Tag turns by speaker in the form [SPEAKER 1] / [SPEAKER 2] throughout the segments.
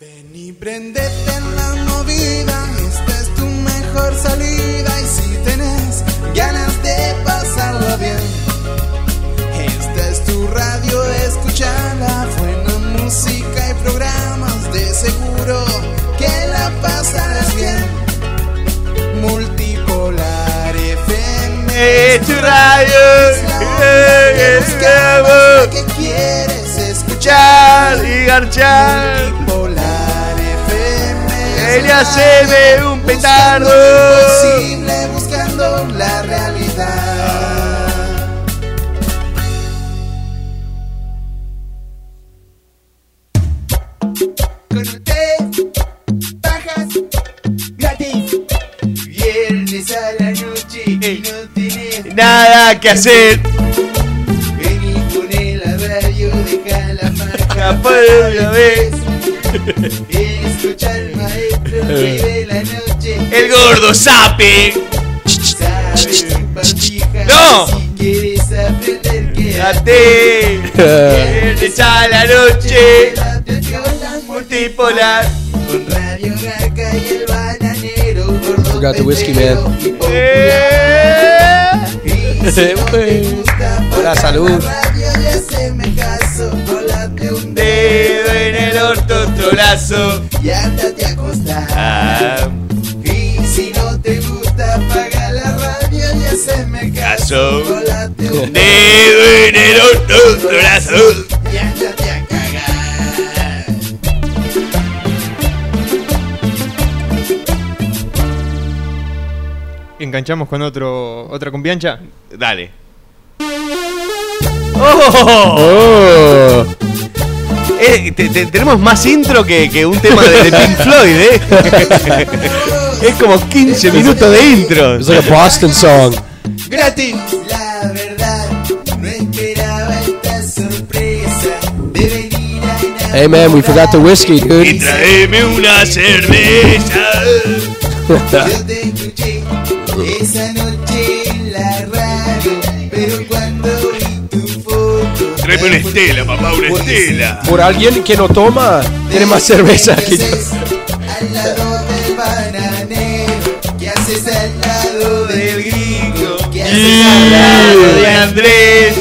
[SPEAKER 1] Ven y prendete en la movida, esta es tu mejor salida y si tenés ganas de pasarlo bien, esta es tu radio, escuchala, buena música y programas, de seguro que la pasarás bien. Multipolar FM,
[SPEAKER 2] ¡Es tu radio! ¡Eh,
[SPEAKER 1] es la
[SPEAKER 2] eh,
[SPEAKER 1] música que quieres escuchar.
[SPEAKER 2] ¡Chal y garchal!
[SPEAKER 1] Multipolar FM.
[SPEAKER 2] ¡Ella se ve un
[SPEAKER 1] Buscando
[SPEAKER 2] petardo!
[SPEAKER 1] lo imposible, buscando la realidad. Corte, bajas, gratis. Viernes a la noche y no tienes
[SPEAKER 2] Nada que hacer.
[SPEAKER 1] Ven y pone la radio, deja la marca
[SPEAKER 2] Capaz de una vez.
[SPEAKER 1] Escucha al maestro que de la noche
[SPEAKER 2] El gordo sape.
[SPEAKER 1] sabe tu papija.
[SPEAKER 2] ¡No!
[SPEAKER 1] Si quieres aprender, quédate.
[SPEAKER 2] Date. Viernes a la noche.
[SPEAKER 1] Quédate piola,
[SPEAKER 2] Multipolar.
[SPEAKER 1] Con Radio Garca y el bananero. Gordo
[SPEAKER 3] Forgot the whiskey, man.
[SPEAKER 1] Pedrero y popular.
[SPEAKER 2] Eh.
[SPEAKER 1] Y si no te
[SPEAKER 3] Eh,
[SPEAKER 1] gusta,
[SPEAKER 3] Hola,
[SPEAKER 1] pon
[SPEAKER 3] salud.
[SPEAKER 1] La radio y haceme caso. Volate un
[SPEAKER 2] Dedo en el orto, otro lazo.
[SPEAKER 1] Y ándate a acostar.
[SPEAKER 2] Ah,
[SPEAKER 1] Y si no te gusta, apaga la radio y haceme caso.
[SPEAKER 2] Caso.
[SPEAKER 1] Volate un
[SPEAKER 2] Dedo en el orto, otro lazo.
[SPEAKER 1] y ándate a cagar.
[SPEAKER 4] Enganchamos con otro, otra cumbiancha.
[SPEAKER 2] Dale. ¡Oh!
[SPEAKER 3] Oh.
[SPEAKER 2] Eh, te- te- tenemos más intro que, que un tema de, de Pink Floyd, ¿eh? es como 15 minutos de intro.
[SPEAKER 3] It's like a Boston song.
[SPEAKER 1] ¡Gratis! La verdad, no esperaba esta sorpresa de venir a enamorar.
[SPEAKER 3] Hey man, we forgot the whiskey,
[SPEAKER 2] Y
[SPEAKER 3] dude.
[SPEAKER 2] traeme una cerveza.
[SPEAKER 1] Yo te escuché esa noche en la radio, pero cuando vi tu foto.
[SPEAKER 2] Traeme una estela, papá, una estela.
[SPEAKER 3] Por alguien que no toma, tiene más cerveza que yo.
[SPEAKER 1] Al lado del bananero, ¿qué haces al lado del gringo? ¿Qué haces al lado
[SPEAKER 2] de Andrés.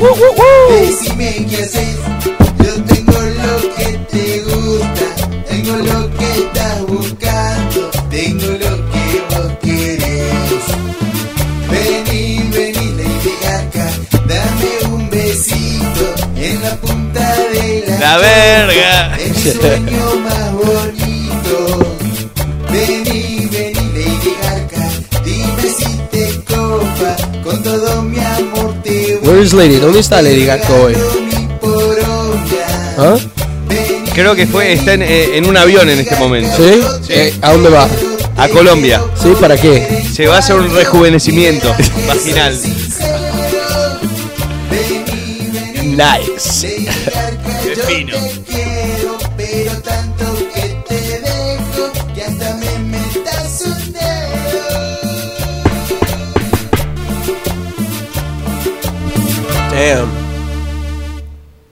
[SPEAKER 1] de Decime qué haces. Yo tengo lo que te gusta, tengo lo que estás buscando, tengo lo que vos querés. Vení, vení, Lady Gaga, dame un besito en la punta de la
[SPEAKER 2] La verga.
[SPEAKER 1] es mi sueño más bonito. Vení, vení, Lady Gaga. Dime si te copa. Con todo mi amor te voy.
[SPEAKER 3] Where is Lady? ¿Dónde está Lady Gaga hoy?
[SPEAKER 1] Regalo mi poronga.
[SPEAKER 3] ¿Ah?
[SPEAKER 1] Vení,
[SPEAKER 2] Creo que fue, está en, eh, en un avión en este momento.
[SPEAKER 3] ¿Sí? Eh, ¿A dónde va?
[SPEAKER 2] A Colombia.
[SPEAKER 3] ¿Sí? ¿Para qué?
[SPEAKER 2] Se va a hacer un rejuvenecimiento vaginal.
[SPEAKER 1] Vení, vení, Lady
[SPEAKER 2] Nice.
[SPEAKER 1] Gaga, yo
[SPEAKER 2] fino.
[SPEAKER 1] te quiero, pero tanto que te dejo que hasta me metas un dedo.
[SPEAKER 3] Damn.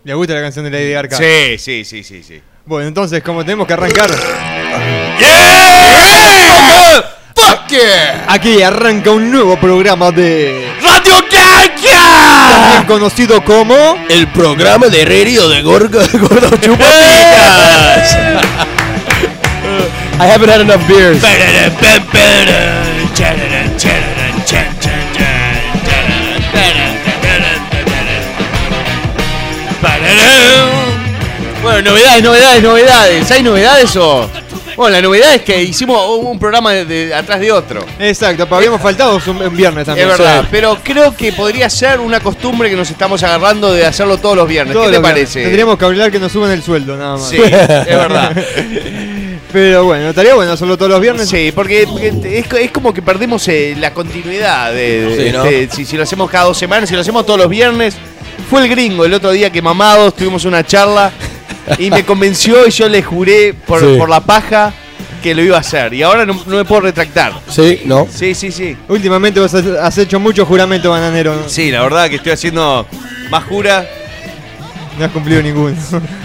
[SPEAKER 4] ¿Le gusta la canción de Lady Arca?
[SPEAKER 2] Sí, sí, sí, sí, sí.
[SPEAKER 4] Bueno, entonces, como tenemos que arrancar,
[SPEAKER 2] ¡Yeah! ¡Fuck yeah!
[SPEAKER 4] aquí arranca un nuevo programa de.
[SPEAKER 2] ¡Radio Gaga!
[SPEAKER 4] conocido como.
[SPEAKER 3] El programa de radio de Gorgo Gordo
[SPEAKER 2] ¡Chupapicas!
[SPEAKER 3] I haven't had enough beers.
[SPEAKER 2] Bueno, novedades, novedades, novedades. ¿Hay novedades o...? Bueno, la novedad es que hicimos un programa de, de- atrás de otro.
[SPEAKER 4] Exacto, pa- habíamos faltado un, un viernes
[SPEAKER 2] Es
[SPEAKER 4] también.
[SPEAKER 2] verdad,
[SPEAKER 4] Sí.
[SPEAKER 2] pero creo que podría ser una costumbre que nos estamos agarrando de hacerlo todos los viernes.
[SPEAKER 4] Todos
[SPEAKER 2] ¿Qué te
[SPEAKER 4] los viernes.
[SPEAKER 2] parece?
[SPEAKER 4] Tendríamos que hablar que nos suban el sueldo, nada más.
[SPEAKER 2] Sí, es verdad.
[SPEAKER 4] Pero bueno, estaría bueno hacerlo todos los viernes.
[SPEAKER 2] Sí, porque porque es, co- es como que perdemos eh, la continuidad. de- de-
[SPEAKER 3] Sí, ¿no?
[SPEAKER 2] de- si, si lo hacemos cada dos semanas, si lo hacemos todos los viernes. Fue el gringo el otro día que mamados tuvimos una charla y me convenció y yo le juré por,
[SPEAKER 3] Sí.
[SPEAKER 2] por la paja que lo iba a hacer. Y ahora no, no me puedo retractar.
[SPEAKER 3] Sí, no.
[SPEAKER 2] Sí, sí, sí.
[SPEAKER 4] Últimamente vos has, has hecho mucho juramento bananero. ¿no?
[SPEAKER 2] Sí, la verdad que estoy haciendo más jura
[SPEAKER 4] No has cumplido ninguno.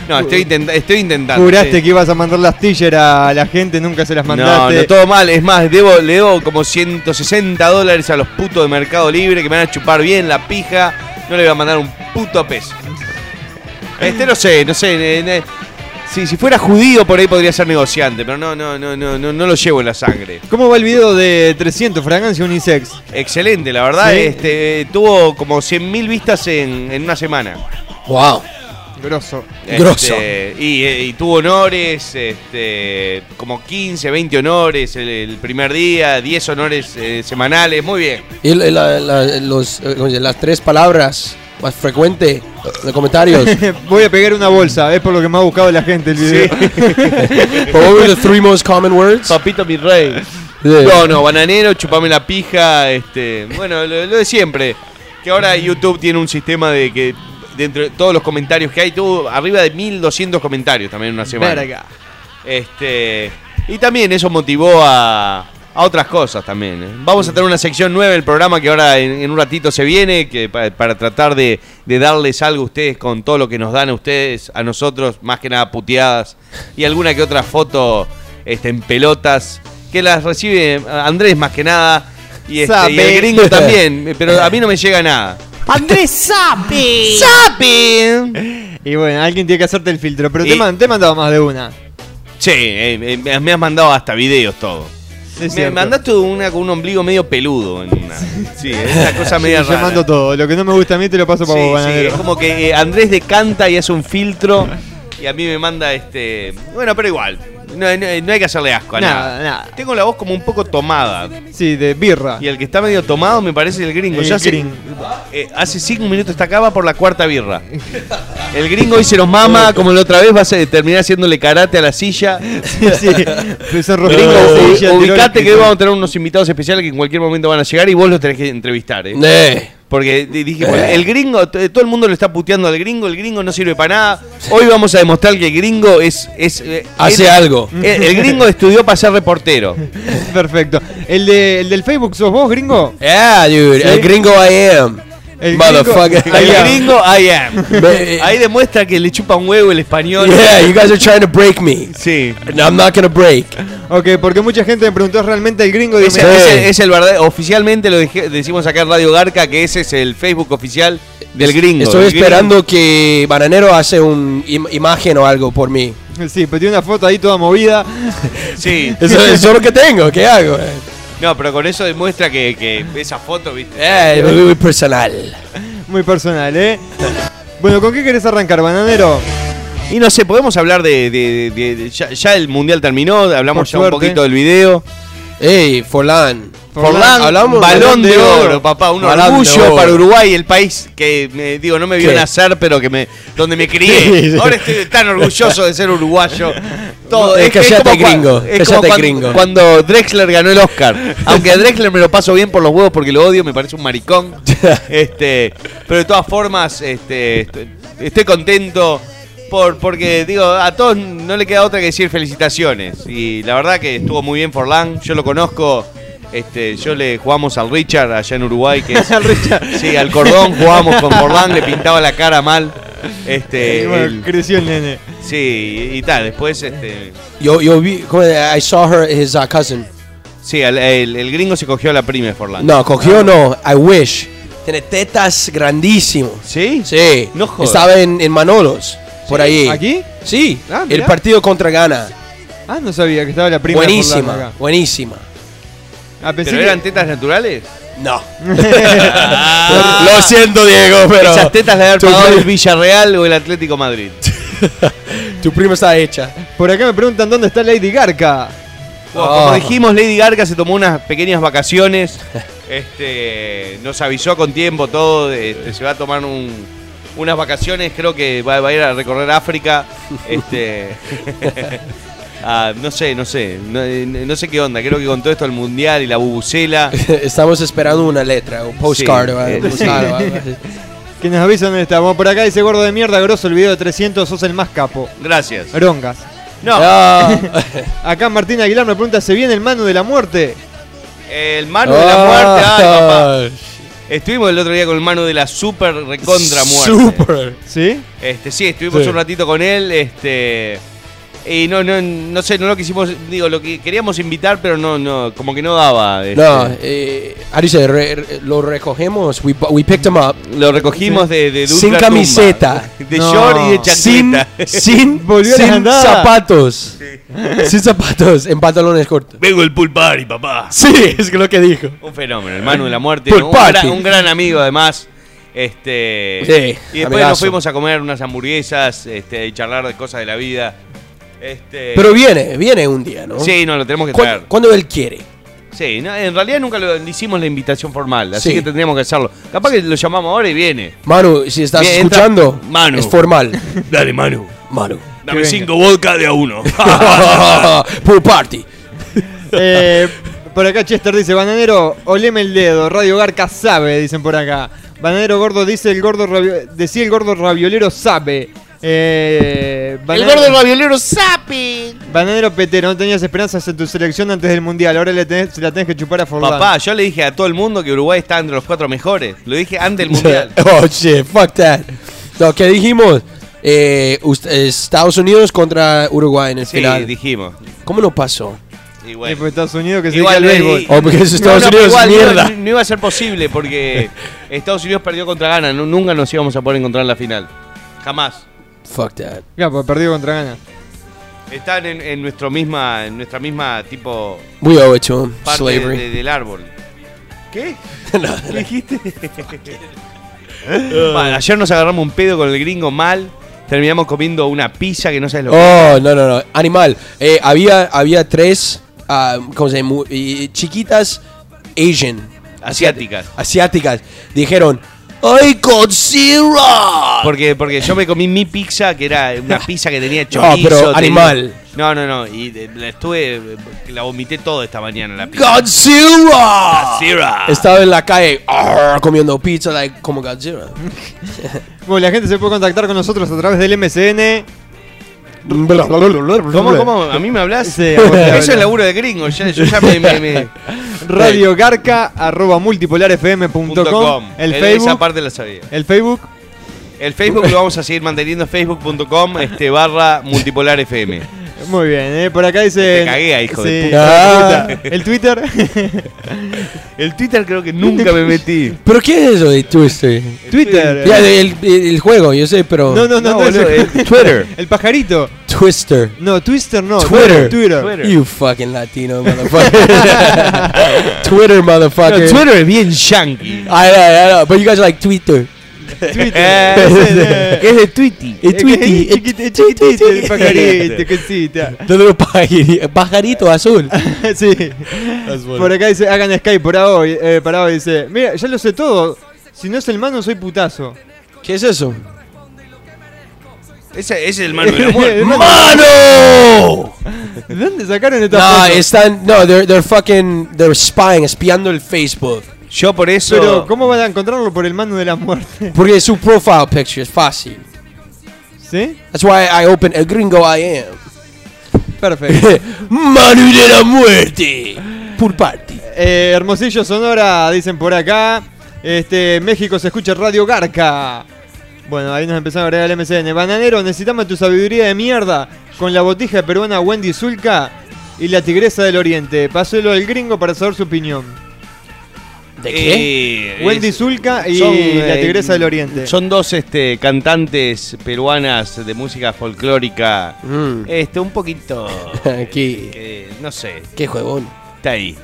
[SPEAKER 2] No, estoy, intenta- estoy intentando.
[SPEAKER 4] Juraste
[SPEAKER 2] sí.
[SPEAKER 4] que ibas a mandar las tillers a la gente, nunca se las
[SPEAKER 2] No,
[SPEAKER 4] mandaste.
[SPEAKER 2] no, todo mal. Es más, debo, le debo como 160 dólares a los putos de Mercado Libre que me van a chupar bien la pija. No le voy a mandar un puto peso. Este no sé, no sé. ne- ne- Sí, si fuera judío por ahí podría ser negociante, pero no, no, no, no, no, no lo llevo en la sangre.
[SPEAKER 4] ¿Cómo va el video de 300 fragancia unisex?
[SPEAKER 2] Excelente, la verdad,
[SPEAKER 4] Sí.
[SPEAKER 2] este tuvo como 100.000 vistas en, en una semana.
[SPEAKER 3] Wow.
[SPEAKER 4] Grosso.
[SPEAKER 2] Este,
[SPEAKER 3] Grosso.
[SPEAKER 2] y, eh, y tuvo honores, este, como 15, 20 honores el, el primer día, 10 honores eh, semanales, muy bien.
[SPEAKER 3] Y la- la- la- los, eh, oye, las tres palabras más frecuentes de comentarios.
[SPEAKER 4] Eh, Voy a pegar una bolsa, es por lo que me ha buscado la gente el video.
[SPEAKER 3] What were the three most common words?
[SPEAKER 2] Papito mi rey.
[SPEAKER 3] Yeah.
[SPEAKER 2] No, no, bananero, chupame la pija, este, bueno, lo, lo de siempre. Que ahora YouTube tiene un sistema de que dentro de todos los comentarios que hay, tuvo arriba de 1200 comentarios también en una semana.
[SPEAKER 4] Verga.
[SPEAKER 2] Este, y también eso motivó a, a otras cosas también. ¿eh? Vamos a tener una sección nueva del programa que ahora en, en un ratito se viene, que pa- para, tratar de, de darles algo a ustedes con todo lo que nos dan a ustedes, a nosotros, más que nada puteadas, y alguna que otra foto este, en pelotas, que las recibe eh, Andrés más que nada, y, este, y el
[SPEAKER 4] Sabe.
[SPEAKER 2] gringo también, pero a mí no me llega nada.
[SPEAKER 5] Andrés Sapi.
[SPEAKER 2] ¡Sapi!
[SPEAKER 4] Y bueno, alguien tiene que hacerte el filtro, pero
[SPEAKER 2] Y-
[SPEAKER 4] te, man- te he mandado más de una.
[SPEAKER 2] Che, eh, eh, me- me has mandado hasta videos todo.
[SPEAKER 4] Es
[SPEAKER 2] Me
[SPEAKER 4] cierto.
[SPEAKER 2] mandaste una con un ombligo medio peludo en una. Sí, es una cosa
[SPEAKER 4] Sí,
[SPEAKER 2] media
[SPEAKER 4] yo
[SPEAKER 2] rara.
[SPEAKER 4] mando todo, lo que no me gusta a mí te lo paso
[SPEAKER 2] Sí,
[SPEAKER 4] para
[SPEAKER 2] eh. sí,
[SPEAKER 4] vos, bananero.
[SPEAKER 2] es como que eh, Andrés decanta y hace un filtro y a mí me manda este. Bueno, pero igual. No, no- no hay que hacerle asco a nada.
[SPEAKER 4] Nada, nada.
[SPEAKER 2] Tengo la voz como un poco tomada.
[SPEAKER 4] Sí, de birra.
[SPEAKER 2] Y el que está medio tomado me parece el gringo.
[SPEAKER 4] El
[SPEAKER 2] Ya hace-
[SPEAKER 4] gringo.
[SPEAKER 2] eh, hace cinco minutos está acá, va por la cuarta birra. El gringo hoy se nos mama, como la otra vez va a ser- terminar haciéndole karate a la silla.
[SPEAKER 4] Sí, sí. Empezó a romper
[SPEAKER 2] Gringo,
[SPEAKER 4] la
[SPEAKER 2] u-
[SPEAKER 4] silla, tiró el
[SPEAKER 2] ubicate que hoy
[SPEAKER 4] cristal.
[SPEAKER 2] vamos a tener unos invitados especiales que en cualquier momento van a llegar y vos los tenés que entrevistar. ¿eh?
[SPEAKER 3] Eh,
[SPEAKER 2] Porque di- dije, bueno, el gringo, t- todo el mundo le está puteando al gringo, el gringo no sirve para nada. Hoy vamos a demostrar que el gringo es. es eh,
[SPEAKER 3] Hace
[SPEAKER 2] era-
[SPEAKER 3] algo.
[SPEAKER 2] eh, El, gringo estudió para ser reportero.
[SPEAKER 4] Perfecto. ¿El, de, ¿El del Facebook sos vos, gringo?
[SPEAKER 3] Yeah, dude. El gringo I am.
[SPEAKER 4] El
[SPEAKER 3] Motherfucker.
[SPEAKER 4] gringo-
[SPEAKER 2] El
[SPEAKER 4] am.
[SPEAKER 2] gringo, I am.
[SPEAKER 3] Ve- eh.
[SPEAKER 2] Ahí demuestra que le chupa un huevo el español.
[SPEAKER 3] Yeah, you guys are trying to break me.
[SPEAKER 2] Sí.
[SPEAKER 3] And I'm not gonna break.
[SPEAKER 4] Ok, porque mucha gente me preguntó "¿Es realmente el gringo. Y
[SPEAKER 2] Ese-
[SPEAKER 4] me-
[SPEAKER 3] Sí.
[SPEAKER 2] ese es el verdadero. Oficialmente lo deje- decimos acá en Radio Garca que ese es el Facebook oficial del gringo.
[SPEAKER 3] Estoy
[SPEAKER 2] El gringo-
[SPEAKER 3] esperando que Bananero hace un im- imagen o algo por mí.
[SPEAKER 4] Sí, pero tiene una foto ahí toda movida.
[SPEAKER 2] Sí.
[SPEAKER 3] Eso es lo que tengo. ¿Qué hago?
[SPEAKER 2] No, pero con eso demuestra que, que esa foto, ¿viste?
[SPEAKER 3] Eh, muy personal.
[SPEAKER 4] Muy personal, ¿eh? Bueno, ¿con qué querés arrancar, bananero?
[SPEAKER 2] Y no sé, podemos hablar de. de- de- de- ya, ya el mundial terminó, hablamos
[SPEAKER 4] Por
[SPEAKER 2] ya un
[SPEAKER 4] suerte.
[SPEAKER 2] poquito del video.
[SPEAKER 3] Hey, Forlán.
[SPEAKER 2] Forlán,
[SPEAKER 3] Hablamos-
[SPEAKER 2] balón de oro, papá, un
[SPEAKER 3] Balón de
[SPEAKER 2] orgullo
[SPEAKER 3] oro.
[SPEAKER 2] para Uruguay, el país que me digo, no me vio
[SPEAKER 3] ¿Qué?
[SPEAKER 2] nacer, pero que me donde me
[SPEAKER 3] Sí,
[SPEAKER 2] crié.
[SPEAKER 3] sí.
[SPEAKER 2] Ahora estoy tan orgulloso de ser uruguayo. Todo
[SPEAKER 3] Eh,
[SPEAKER 2] que
[SPEAKER 3] callate,
[SPEAKER 2] como cua-
[SPEAKER 3] gringo,
[SPEAKER 2] es como
[SPEAKER 3] callate,
[SPEAKER 2] cuando,
[SPEAKER 3] gringo.
[SPEAKER 2] cuando Drexler ganó el Oscar. Aunque a Drexler me lo paso bien por los huevos porque lo odio, me parece un maricón. Este, pero de todas formas, este, estoy, estoy contento por porque digo, a todos no le queda otra que decir felicitaciones y la verdad que estuvo muy bien Forlán, yo lo conozco. Este, yo le jugamos al Richard allá en Uruguay que es, Sí, al cordón jugamos con Forlán, le pintaba la cara mal. Este,
[SPEAKER 4] Y Eh, bueno,
[SPEAKER 2] el-
[SPEAKER 4] creció el nene.
[SPEAKER 2] sí, y tal, después este
[SPEAKER 3] Yo, yo vi, ¿cómo era? I saw her, his uh, cousin.
[SPEAKER 2] Sí, el, el- el gringo se cogió a la prima de Forlán.
[SPEAKER 3] No, cogió no, I wish. Tiene tetas grandísimos.
[SPEAKER 2] ¿Sí?
[SPEAKER 3] Sí.
[SPEAKER 2] No jodas.
[SPEAKER 3] Estaba en, en Manolos, por ahí.
[SPEAKER 4] ¿Aquí?
[SPEAKER 3] Sí,
[SPEAKER 4] Ah,
[SPEAKER 3] el
[SPEAKER 4] mirá.
[SPEAKER 3] partido contra Ghana.
[SPEAKER 4] Ah, no sabía que estaba la prima. de Forlán
[SPEAKER 3] Buenísima,
[SPEAKER 4] acá.
[SPEAKER 3] buenísima.
[SPEAKER 4] Ah, pensé
[SPEAKER 2] ¿Pero
[SPEAKER 4] que-
[SPEAKER 2] eran tetas naturales?
[SPEAKER 3] No.
[SPEAKER 2] Ah.
[SPEAKER 3] Lo siento, Diego, pero.
[SPEAKER 2] Esas tetas le habían
[SPEAKER 3] tu,
[SPEAKER 2] pagado el
[SPEAKER 3] pri-
[SPEAKER 2] Villarreal o el Atlético Madrid.
[SPEAKER 3] tu prima está hecha.
[SPEAKER 4] Por acá me preguntan dónde está Lady Garca.
[SPEAKER 2] Bueno, Como
[SPEAKER 3] Ah.
[SPEAKER 2] dijimos, Lady Garca se tomó unas pequeñas vacaciones. Este, nos avisó con tiempo todo. este, se va a tomar un- unas vacaciones. Creo que va, va a ir a recorrer África. Este, ah, no sé, no sé. No, eh, no sé qué onda. Creo que con todo esto el mundial y la bubucela.
[SPEAKER 3] Estamos esperando una letra, un postcard o algo,
[SPEAKER 2] eh, sí.
[SPEAKER 3] postcard o algo así.
[SPEAKER 4] Que nos avisan dónde estamos. Por acá dice gordo de mierda, grosso el video de 300, sos el más capo.
[SPEAKER 2] Gracias.
[SPEAKER 4] Rongas.
[SPEAKER 2] No,
[SPEAKER 3] No.
[SPEAKER 4] Acá Martín Aguilar me pregunta, ¿se viene el mano de la muerte?
[SPEAKER 2] Ah, el mano de la muerte. ay, papá.
[SPEAKER 3] Ah,
[SPEAKER 2] Estuvimos el otro día con el Manu de la super recontra muerte.
[SPEAKER 3] Super.
[SPEAKER 4] ¿Sí?
[SPEAKER 2] Este, sí, estuvimos
[SPEAKER 3] Sí.
[SPEAKER 2] un ratito con él, este. Y no, no, no sé, no lo quisimos, digo, lo que queríamos invitar, pero no, no, como que no daba. este.
[SPEAKER 3] No, eh, how do you say, re- re- lo recogemos, we, bu- we picked him up.
[SPEAKER 2] Lo recogimos de, de
[SPEAKER 3] Sin
[SPEAKER 2] Ultra
[SPEAKER 3] camiseta.
[SPEAKER 2] Tumba. De
[SPEAKER 4] No.
[SPEAKER 2] short y de
[SPEAKER 3] Sin,
[SPEAKER 2] chancleta.
[SPEAKER 3] sin,
[SPEAKER 4] Volvió a las
[SPEAKER 3] sin
[SPEAKER 4] andadas.
[SPEAKER 3] zapatos. Sin zapatos, en pantalones cortos.
[SPEAKER 2] Vengo el pool party, papá.
[SPEAKER 3] Sí, es lo que dijo.
[SPEAKER 2] Un fenómeno, el Manu de la muerte.
[SPEAKER 3] Pool
[SPEAKER 2] Un
[SPEAKER 3] party.
[SPEAKER 2] gran, un gran amigo, además. Este,
[SPEAKER 3] Sí,
[SPEAKER 2] y después
[SPEAKER 3] amigazo.
[SPEAKER 2] nos fuimos a comer unas hamburguesas este, y charlar de cosas de la vida. Este,
[SPEAKER 3] Pero viene, viene un día, ¿no?
[SPEAKER 2] Sí, no, lo tenemos que
[SPEAKER 3] Cu-
[SPEAKER 2] traer.
[SPEAKER 3] Cuando él quiere.
[SPEAKER 2] Sí, no, en realidad nunca lo- le hicimos la invitación formal, así
[SPEAKER 3] Sí.
[SPEAKER 2] que tendríamos que hacerlo. Capaz que lo llamamos ahora y viene.
[SPEAKER 3] Manu, si estás
[SPEAKER 2] Bien, entra-
[SPEAKER 3] escuchando,
[SPEAKER 2] Manu.
[SPEAKER 3] es formal.
[SPEAKER 2] Dale, Manu.
[SPEAKER 3] Manu.
[SPEAKER 2] Dame
[SPEAKER 4] venga.
[SPEAKER 2] cinco vodka de a uno.
[SPEAKER 3] Pool party.
[SPEAKER 4] Eh, por acá Chester dice, bananero, oleme el dedo, Radio Garca sabe, dicen por acá. Bananero gordo dice, el gordo rabio- decía el gordo raviolero sabe. Eh,
[SPEAKER 5] El
[SPEAKER 4] bananero,
[SPEAKER 5] gordo raviolero sabe.
[SPEAKER 4] bananero petero, no tenías esperanzas en tu selección antes del mundial, ahora le tenés- se la tenés que chupar a Forlán. Eh,
[SPEAKER 2] Papá, yo le dije a todo el mundo que Uruguay está entre los cuatro mejores. Lo dije antes del mundial.
[SPEAKER 3] oh, shit, fuck that. No, ¿qué dijimos? Eh, us- eh, Estados Unidos contra Uruguay en el
[SPEAKER 2] Sí,
[SPEAKER 3] final.
[SPEAKER 2] dijimos.
[SPEAKER 3] ¿Cómo no pasó?
[SPEAKER 2] Y
[SPEAKER 4] Eh,
[SPEAKER 2] bueno.
[SPEAKER 4] pues Estados Unidos que se
[SPEAKER 2] Igual,
[SPEAKER 4] dedica al
[SPEAKER 2] eh,
[SPEAKER 4] béisbol.
[SPEAKER 3] Oh, porque es Estados
[SPEAKER 2] pero
[SPEAKER 3] Unidos,
[SPEAKER 2] no iba-
[SPEAKER 3] mierda.
[SPEAKER 2] No, iba a ser posible porque Estados Unidos perdió contra Ghana. nu- nunca nos íbamos a poder encontrar en la final. Jamás.
[SPEAKER 3] Fuck that.
[SPEAKER 4] Claro, pues, perdido contra Gana.
[SPEAKER 2] Están en, en nuestro misma, en nuestra misma tipo
[SPEAKER 3] We owe it to him.
[SPEAKER 2] parte
[SPEAKER 3] ¿eh? Slavery.
[SPEAKER 2] de- del árbol. ¿Qué? ¿Qué dijiste? Bueno, ayer nos agarramos un pedo con el gringo mal. Terminamos comiendo una pizza que no sabes lo que.
[SPEAKER 3] Oh, no, no, no. Animal. Eh, había, había tres, ah, ¿cómo se llama? Mu- eh, chiquitas Asian.
[SPEAKER 2] Asiáticas.
[SPEAKER 3] Asiáticas. Dijeron, ¡Ay, con syrup!
[SPEAKER 2] Porque, porque yo me comí mi pizza, que era una pizza que tenía chorizo.
[SPEAKER 3] No, pero
[SPEAKER 2] tenía-
[SPEAKER 3] animal.
[SPEAKER 2] No, no, no. Y eh, la estuve. eh, La vomité toda esta mañana la pizza.
[SPEAKER 3] ¡Godzilla!
[SPEAKER 2] Zira.
[SPEAKER 3] Estaba en la calle "Arr", comiendo pizza like, como Godzilla.
[SPEAKER 4] Bueno, la gente se puede contactar con nosotros a través del MCN.
[SPEAKER 2] ¿Cómo, cómo? ¿A mí me hablas?
[SPEAKER 4] Sí, a vos te
[SPEAKER 2] Eso
[SPEAKER 4] hablo.
[SPEAKER 2] es laburo de gringo. ya- yo ya me. me- me-
[SPEAKER 4] Radiogarca, arroba multipolarfm.com.
[SPEAKER 2] punto com.
[SPEAKER 4] El
[SPEAKER 2] Eh, Esa
[SPEAKER 4] Facebook.
[SPEAKER 2] parte la sabía.
[SPEAKER 4] El Facebook.
[SPEAKER 2] El Facebook lo vamos a seguir manteniendo facebook.com este barra multipolar FM.
[SPEAKER 4] Muy bien, eh, por acá dice.
[SPEAKER 2] Te cagué, hijo de
[SPEAKER 4] Sí,
[SPEAKER 3] puta.
[SPEAKER 4] hijo de puta. El Twitter.
[SPEAKER 2] El Twitter creo que nunca me metí.
[SPEAKER 3] ¿Pero qué es eso de Twister?
[SPEAKER 4] Twitter.
[SPEAKER 3] Ya, el, el- el juego, yo sé, pero...
[SPEAKER 4] No, no, no,
[SPEAKER 2] No,
[SPEAKER 4] no,
[SPEAKER 2] boludo,
[SPEAKER 4] es-
[SPEAKER 2] el Twitter.
[SPEAKER 4] El pajarito.
[SPEAKER 3] Twister.
[SPEAKER 4] No, Twister no.
[SPEAKER 3] Twitter.
[SPEAKER 4] Twitter.
[SPEAKER 2] Twitter.
[SPEAKER 3] You fucking Latino, motherfucker. Twitter, motherfucker.
[SPEAKER 2] es bien yankee.
[SPEAKER 3] I know, I know, but you guys like Twitter.
[SPEAKER 2] Eh,
[SPEAKER 4] Twitter.
[SPEAKER 2] es de Twitty.
[SPEAKER 3] It's Tweety. It's
[SPEAKER 4] Chiquitito, chiquitito, el pajarito,
[SPEAKER 2] Twitter.
[SPEAKER 4] cosita.
[SPEAKER 3] the little pajari- pajarito azul.
[SPEAKER 4] sí. Por acá dice, hagan Skype para hoy, eh, para hoy dice, mira, ya lo sé todo. Si no es el mano, soy putazo.
[SPEAKER 3] ¿Qué es eso?
[SPEAKER 2] Ese, ese es el mano de la muerte.
[SPEAKER 3] ¡Mano!
[SPEAKER 4] ¿De dónde sacaron esta
[SPEAKER 3] No,
[SPEAKER 4] foto?
[SPEAKER 3] están. No, they're, they're fucking. They're spying, espiando el Facebook.
[SPEAKER 2] Yo por eso.
[SPEAKER 4] Pero, ¿cómo van a encontrarlo por el mano de la muerte?
[SPEAKER 3] Porque su profile picture es fácil.
[SPEAKER 4] ¿Sí?
[SPEAKER 3] That's why I open El Gringo I Am.
[SPEAKER 4] Perfecto.
[SPEAKER 3] Manu de la muerte. Pool party.
[SPEAKER 4] Eh, Hermosillo Sonora, dicen por acá. Este, México se escucha Radio Garca. Bueno, ahí nos empezaron a agregar el MCN. Bananero, necesitamos tu sabiduría de mierda con la botija peruana Wendy Zulka y la tigresa del oriente. Páselo al gringo para saber su opinión.
[SPEAKER 3] ¿De qué?
[SPEAKER 2] Eh,
[SPEAKER 4] Wendy
[SPEAKER 2] es-
[SPEAKER 4] Zulka y
[SPEAKER 2] son,
[SPEAKER 4] la
[SPEAKER 2] eh,
[SPEAKER 4] tigresa del oriente.
[SPEAKER 2] Son dos este, cantantes peruanas de música folclórica.
[SPEAKER 3] Mm.
[SPEAKER 4] Eh,
[SPEAKER 2] Este, un poquito.
[SPEAKER 3] Aquí.
[SPEAKER 2] eh, no sé,
[SPEAKER 3] Qué juegón.
[SPEAKER 2] está ahí.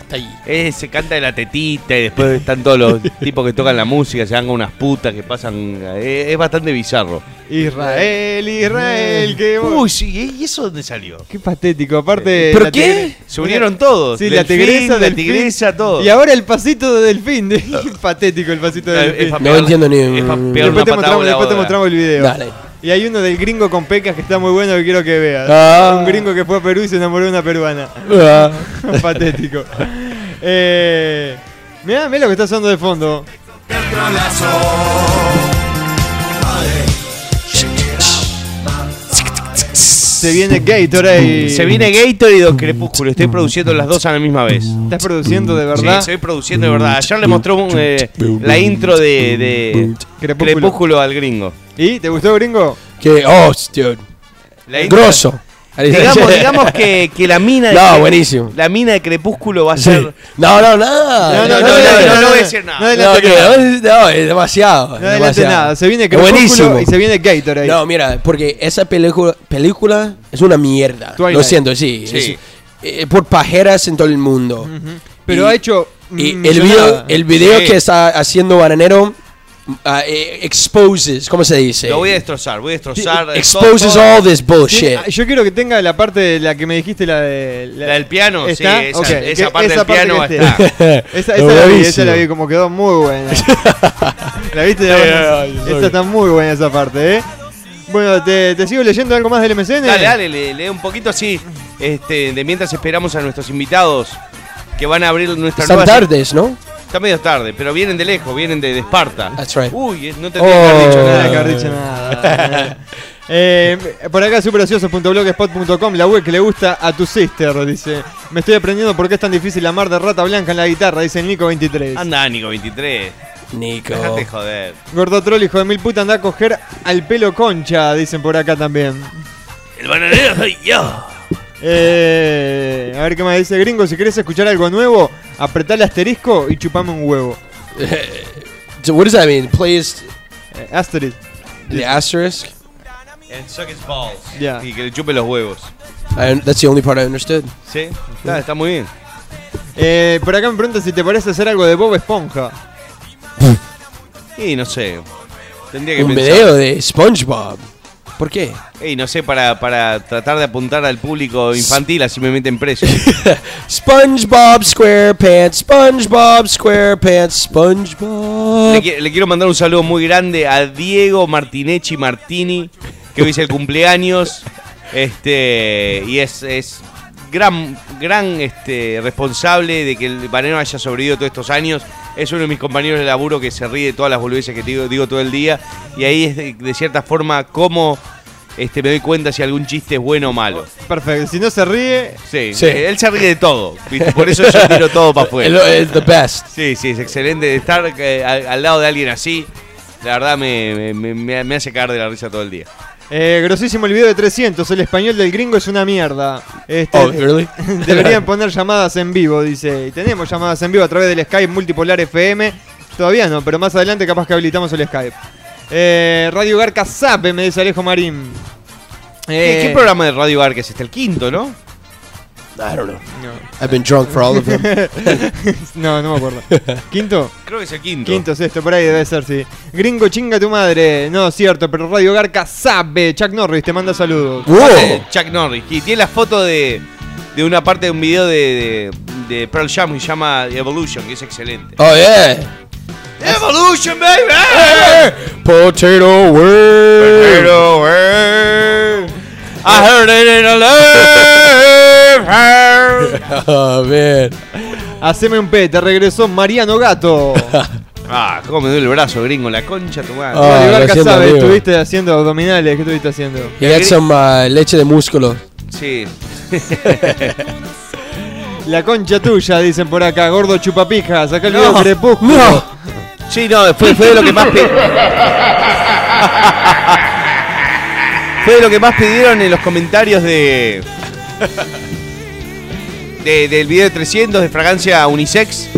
[SPEAKER 3] Está ahí.
[SPEAKER 2] Eh, se canta de la tetita y después están todos los tipos que tocan la música, se dan con unas putas que pasan. eh, es bastante bizarro. Mm.
[SPEAKER 4] Israel, Israel, qué, bo-
[SPEAKER 2] Uy, sí, ¿y eso dónde salió?
[SPEAKER 4] qué patético. Aparte,
[SPEAKER 3] ¿Pero
[SPEAKER 4] la
[SPEAKER 3] qué?
[SPEAKER 4] tigre-
[SPEAKER 2] Eh, Se unieron todos.
[SPEAKER 4] Sí, la
[SPEAKER 2] Delfín,
[SPEAKER 4] tigresa,
[SPEAKER 2] la
[SPEAKER 4] delfín.
[SPEAKER 2] tigresa, todo.
[SPEAKER 4] Y ahora el pasito de delfín. patético el pasito de
[SPEAKER 2] Eh,
[SPEAKER 4] delfín.
[SPEAKER 2] es pa'
[SPEAKER 3] No
[SPEAKER 2] pegar-
[SPEAKER 3] entiendo ni-
[SPEAKER 2] es pa' pegar
[SPEAKER 4] Después
[SPEAKER 2] una
[SPEAKER 4] te,
[SPEAKER 2] patada
[SPEAKER 4] mostramos, después te
[SPEAKER 2] voladora.
[SPEAKER 4] mostramos el video.
[SPEAKER 3] Dale.
[SPEAKER 4] Y hay uno del gringo con pecas que está muy bueno que quiero que veas.
[SPEAKER 3] Ah.
[SPEAKER 4] Un gringo que fue a Perú y se enamoró de una peruana. Patético. Eh, mirá, mirá lo que está sonando de fondo. Se viene Gatorade.
[SPEAKER 2] Se viene Gator y dos Crepúsculo. Estoy produciendo las dos a la misma vez.
[SPEAKER 4] Estás produciendo de
[SPEAKER 2] Sí,
[SPEAKER 4] Mm. verdad.
[SPEAKER 2] estoy produciendo de verdad. Ayer le mostró un, eh, la intro de, de
[SPEAKER 4] Crepúsculo.
[SPEAKER 2] Crepúsculo. al gringo.
[SPEAKER 4] ¿Y te gustó, gringo?
[SPEAKER 3] Que, oh, dude,
[SPEAKER 2] La intro-
[SPEAKER 3] grosso.
[SPEAKER 2] Digamos, digamos que, que la mina de
[SPEAKER 3] No,
[SPEAKER 2] Crepúsculo-
[SPEAKER 3] buenísimo.
[SPEAKER 2] La mina de Crepúsculo va a
[SPEAKER 3] Sí.
[SPEAKER 2] ser.
[SPEAKER 3] No, no, nada.
[SPEAKER 2] no, no, no, no, no voy a decir nada.
[SPEAKER 4] No
[SPEAKER 3] No,
[SPEAKER 4] adelante
[SPEAKER 3] que-
[SPEAKER 4] nada.
[SPEAKER 3] no, es demasiado.
[SPEAKER 4] No adelante
[SPEAKER 3] demasiado.
[SPEAKER 4] nada. Se viene
[SPEAKER 3] Es
[SPEAKER 4] Crepúsculo
[SPEAKER 3] Buenísimo.
[SPEAKER 4] y se viene Gatorade.
[SPEAKER 3] No, mira, porque esa película, película es una mierda.
[SPEAKER 4] Twilight.
[SPEAKER 3] Lo siento, sí.
[SPEAKER 2] Sí.
[SPEAKER 3] es- eh, por pajeras en todo el mundo.
[SPEAKER 4] Pero
[SPEAKER 3] Y-
[SPEAKER 4] ha hecho.
[SPEAKER 3] Y
[SPEAKER 4] mm,
[SPEAKER 3] el video,
[SPEAKER 4] millonada.
[SPEAKER 3] el video
[SPEAKER 2] Sí.
[SPEAKER 3] que está haciendo Bananero ah, eh, exposes, ¿cómo se dice?
[SPEAKER 2] Lo voy a destrozar, voy a destrozar. eh,
[SPEAKER 3] exposes
[SPEAKER 2] todo-
[SPEAKER 3] all this bullshit.
[SPEAKER 4] Tiene- ah, Yo quiero que tenga la parte de la que me dijiste, la, de,
[SPEAKER 2] La del piano, sí,
[SPEAKER 4] ¿Está?
[SPEAKER 2] esa-
[SPEAKER 4] Ok,
[SPEAKER 2] esa
[SPEAKER 4] que-
[SPEAKER 2] parte del piano
[SPEAKER 4] que
[SPEAKER 2] va a
[SPEAKER 4] esté. Esa, esa la vi, esa la vi, como quedó muy buena. ¿La viste? La buena.
[SPEAKER 3] ay,
[SPEAKER 4] Esa
[SPEAKER 3] sorry.
[SPEAKER 4] está muy buena esa parte, ¿eh? Bueno, ¿te, te sigo leyendo algo más del MCN?
[SPEAKER 2] Dale, dale, lee, lee un poquito así. Este, de mientras esperamos a nuestros invitados que van a abrir nuestra
[SPEAKER 3] Están
[SPEAKER 2] nueva.
[SPEAKER 3] tardes, ¿no?
[SPEAKER 2] Está medio tarde, pero vienen de lejos, vienen de, de Esparta.
[SPEAKER 3] That's right.
[SPEAKER 2] Uy, eh, no tendría que haber
[SPEAKER 3] Oh.
[SPEAKER 2] dicho
[SPEAKER 4] Nada
[SPEAKER 2] nada.
[SPEAKER 4] que haber dicho nada, nada. Eh, por acá superociosos.blogspot.com La web que le gusta a tu sister Dice Me estoy aprendiendo por qué es tan difícil amar de rata blanca en la guitarra Dice Nico23
[SPEAKER 2] Anda, Nico 23.
[SPEAKER 3] Nico.
[SPEAKER 2] Dejate joder.
[SPEAKER 4] Gordo troll, hijo de mil puta Anda a coger al pelo concha Dicen por acá también
[SPEAKER 2] El bananero soy yo.
[SPEAKER 4] Eh, a ver qué más dice Gringo. Si querés escuchar algo nuevo, apretá el asterisco y chupame un huevo.
[SPEAKER 3] So what does that mean? Plays
[SPEAKER 4] Eh, asterisk.
[SPEAKER 3] the asterisk?
[SPEAKER 2] And suck his balls.
[SPEAKER 4] Ya.
[SPEAKER 2] Y que le chupe los huevos.
[SPEAKER 3] I, that's the only part I understood.
[SPEAKER 2] ¿Sí? Está, está muy bien.
[SPEAKER 4] Eh, por acá me preguntan si te parece hacer algo de Bob Esponja.
[SPEAKER 2] Y no sé. Tendría que
[SPEAKER 3] Un
[SPEAKER 2] pensar.
[SPEAKER 3] video de SpongeBob. ¿Por qué?
[SPEAKER 2] Y no sé, para, para tratar de apuntar al público infantil, así me meten preso.
[SPEAKER 3] SpongeBob SquarePants, SpongeBob SquarePants, SpongeBob.
[SPEAKER 2] le, qui- le quiero mandar un saludo muy grande a Diego Martinechi Martini, que hoy es el cumpleaños. Este, y es, es gran, gran este, responsable de que el banero haya sobrevivido todos estos años. Es uno de mis compañeros de laburo que se ríe de todas las boludeces que digo, digo todo el día. Y ahí es de, de cierta forma como este, me doy cuenta si algún chiste es bueno o malo.
[SPEAKER 4] Perfecto. Si no se ríe,
[SPEAKER 2] Sí,
[SPEAKER 3] Sí.
[SPEAKER 2] él se ríe de todo. ¿viste? Por eso yo tiro todo para
[SPEAKER 3] El-
[SPEAKER 2] afuera.
[SPEAKER 3] el- the best.
[SPEAKER 2] Sí, sí, es excelente estar eh, al, al lado de alguien así. La verdad me, me- me- me hace caer de la risa todo el día.
[SPEAKER 4] eh, grosísimo el video de 300. El español del gringo es una mierda. Este,
[SPEAKER 3] Oh, really?
[SPEAKER 4] Deberían poner llamadas en vivo, dice. Y tenemos llamadas en vivo a través del Skype Multipolar FM. Todavía no, pero más adelante capaz que habilitamos el Skype. Eh, Radio Garca Zape, me dice Alejo Marín.
[SPEAKER 2] ¿Qué,
[SPEAKER 4] Eh,
[SPEAKER 2] qué programa de Radio Bar que es este? El quinto, ¿no?
[SPEAKER 3] I don't know. I've been drunk for all of them.
[SPEAKER 4] No, no me acuerdo. ¿Quinto?
[SPEAKER 2] Creo que es el quinto.
[SPEAKER 4] Quinto, sexto, por ahí debe ser, sí. Gringo, chinga tu madre. No, cierto, pero Radio Garca sabe. Chuck Norris te manda saludos.
[SPEAKER 3] Uh.
[SPEAKER 2] Eh,
[SPEAKER 3] Whoa.
[SPEAKER 2] Chuck Norris. Y tiene la foto de, de una parte de un video de, de- de Pearl Jam que se llama Evolution, que es excelente.
[SPEAKER 3] Oh yeah.
[SPEAKER 4] Oh.
[SPEAKER 2] ¡Evolution,
[SPEAKER 4] Eh.
[SPEAKER 2] baby!
[SPEAKER 3] Potato worm.
[SPEAKER 2] Pero, eh, I heard it in a love heart.
[SPEAKER 3] Oh man.
[SPEAKER 4] Haceme un P, te regresó Mariano Gato.
[SPEAKER 2] Ah, cómo me duele el brazo, gringo, la concha tu madre.
[SPEAKER 3] Ah,
[SPEAKER 4] Radio
[SPEAKER 3] lo
[SPEAKER 4] Garca
[SPEAKER 3] siento,
[SPEAKER 4] sabe,
[SPEAKER 3] amigo.
[SPEAKER 4] estuviste haciendo abdominales, ¿qué estuviste haciendo?
[SPEAKER 3] You got some uh, leche de músculo.
[SPEAKER 2] Sí.
[SPEAKER 4] La concha tuya, dicen por acá, gordo chupapija, saca el video
[SPEAKER 3] No,
[SPEAKER 4] crepúsculo.
[SPEAKER 3] no.
[SPEAKER 2] Sí, no, fue, fue de lo que más pe- Fue de lo que más pidieron en los comentarios de, de- del video de 300 de fragancia unisex.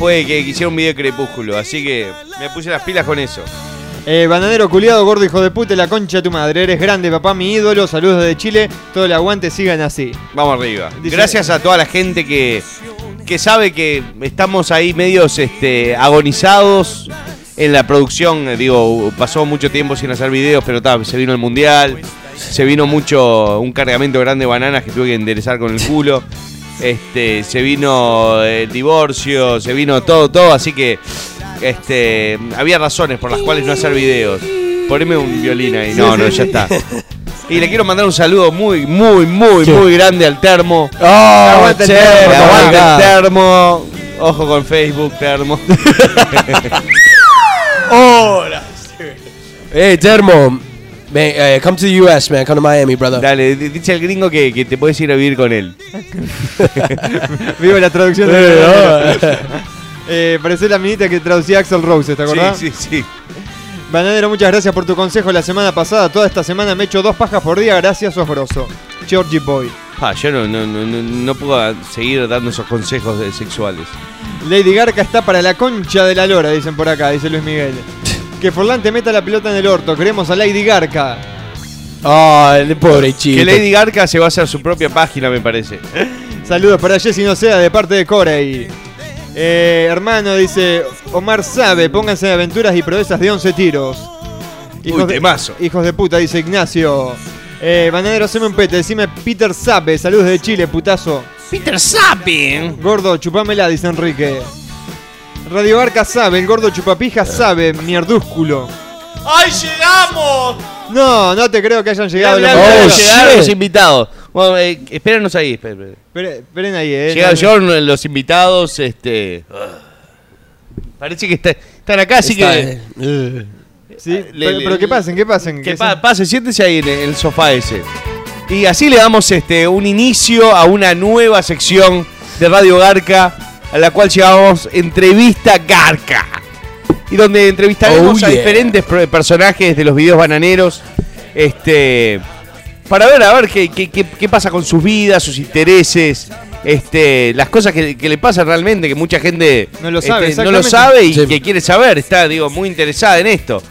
[SPEAKER 2] Fue que hicieron un video de crepúsculo, así que me puse las pilas con eso.
[SPEAKER 4] Eh, bananero culiado, gordo hijo de puta, la concha de tu madre, eres grande, papá, mi ídolo, saludos desde Chile, todo el aguante, sigan así.
[SPEAKER 2] Vamos arriba.
[SPEAKER 4] Dice-
[SPEAKER 2] Gracias a toda la gente que, que sabe que estamos ahí medios este, agonizados en la producción. Eh, Digo, pasó mucho tiempo sin hacer videos, pero ta, se vino el mundial. Se vino mucho un cargamento grande de bananas que tuve que enderezar con el culo. Este, se vino el divorcio, se vino todo, todo, así que este, había razones por las cuales no hacer videos. Poneme un violín ahí. No, no, ya está. Y le quiero mandar un saludo muy, muy, muy, muy grande al termo.
[SPEAKER 3] Oh,
[SPEAKER 4] Aguanta el termo,
[SPEAKER 3] Termo,
[SPEAKER 4] aguanta
[SPEAKER 3] my
[SPEAKER 4] el
[SPEAKER 3] God.
[SPEAKER 2] Termo. Ojo con Facebook, Termo.
[SPEAKER 3] Hey, Oh, Termo. Man, eh, come to the US, man. Come to Miami, brother.
[SPEAKER 2] Dale, di- dice al gringo que, que te puedes ir a vivir con él.
[SPEAKER 4] Viva la traducción
[SPEAKER 3] Eh,
[SPEAKER 4] de eh, Parecés la minita que traducía Axel Rose, ¿te acordás?
[SPEAKER 2] Sí, sí, sí.
[SPEAKER 4] Bananero, muchas gracias por tu consejo la semana pasada. Toda esta semana me echo dos pajas por día, gracias, sos grosso. Georgie Boy.
[SPEAKER 2] Ah, yo no, no, no, no, no puedo seguir dando esos consejos de- sexuales.
[SPEAKER 4] Lady Garca está para la concha de la lora, dicen por acá, dice Luis Miguel. Que Forlán te meta la pelota en el orto, queremos a Lady Garca.
[SPEAKER 3] Ah, el pobre chico.
[SPEAKER 2] Que Lady Garca se va a hacer su propia página, me parece.
[SPEAKER 4] Saludos para Jessy Noceda de parte de Corey. Eh, hermano, dice Omar Sabe, pónganse en aventuras y proezas de 11 tiros.
[SPEAKER 2] Uy, temazo.
[SPEAKER 4] De, hijos de puta, dice Ignacio. Eh, Bananero, haceme un pete, decime Peter Sabe, saludos de Chile, putazo.
[SPEAKER 5] Peter Sapping.
[SPEAKER 4] Gordo, chupámela, dice Enrique. Radio Barca sabe, el gordo chupapija sabe, mierdúsculo.
[SPEAKER 5] ¡Ay, llegamos!
[SPEAKER 4] No, no te creo que hayan llegado los-
[SPEAKER 3] bla, bla,
[SPEAKER 2] Llegaron
[SPEAKER 3] Oh,
[SPEAKER 2] los- llegaron
[SPEAKER 3] shit.
[SPEAKER 2] los invitados. Bueno, eh, espérenos ahí. espere, espere.
[SPEAKER 4] Esperen- Esperen ahí, eh.
[SPEAKER 2] Llega-
[SPEAKER 4] No, no.
[SPEAKER 2] Llegaron los invitados, este. Parece que está- están acá, así
[SPEAKER 3] Está,
[SPEAKER 2] que.
[SPEAKER 3] eh, eh.
[SPEAKER 4] Sí,
[SPEAKER 2] le-
[SPEAKER 4] pero,
[SPEAKER 2] le-
[SPEAKER 4] pero que pasen, que pasen.
[SPEAKER 2] Que
[SPEAKER 4] que
[SPEAKER 2] pa-
[SPEAKER 4] se-
[SPEAKER 2] pase, siéntese ahí en el, en el sofá ese. Y así le damos este un inicio a una nueva sección de Radio Garca, a la cual llevamos Entrevista Garca. Y donde entrevistaremos
[SPEAKER 3] Oh,
[SPEAKER 2] a
[SPEAKER 3] yeah.
[SPEAKER 2] diferentes pro- personajes de los videos bananeros. Este. Para ver, a ver qué, qué- qué- qué pasa con sus vidas, sus intereses, este, las cosas que, que le pasan realmente, que mucha gente
[SPEAKER 4] No lo sabe,
[SPEAKER 2] este, no lo
[SPEAKER 4] exactamente.
[SPEAKER 2] sabe y
[SPEAKER 3] Sí.
[SPEAKER 2] que quiere saber, está digo, muy interesada en esto.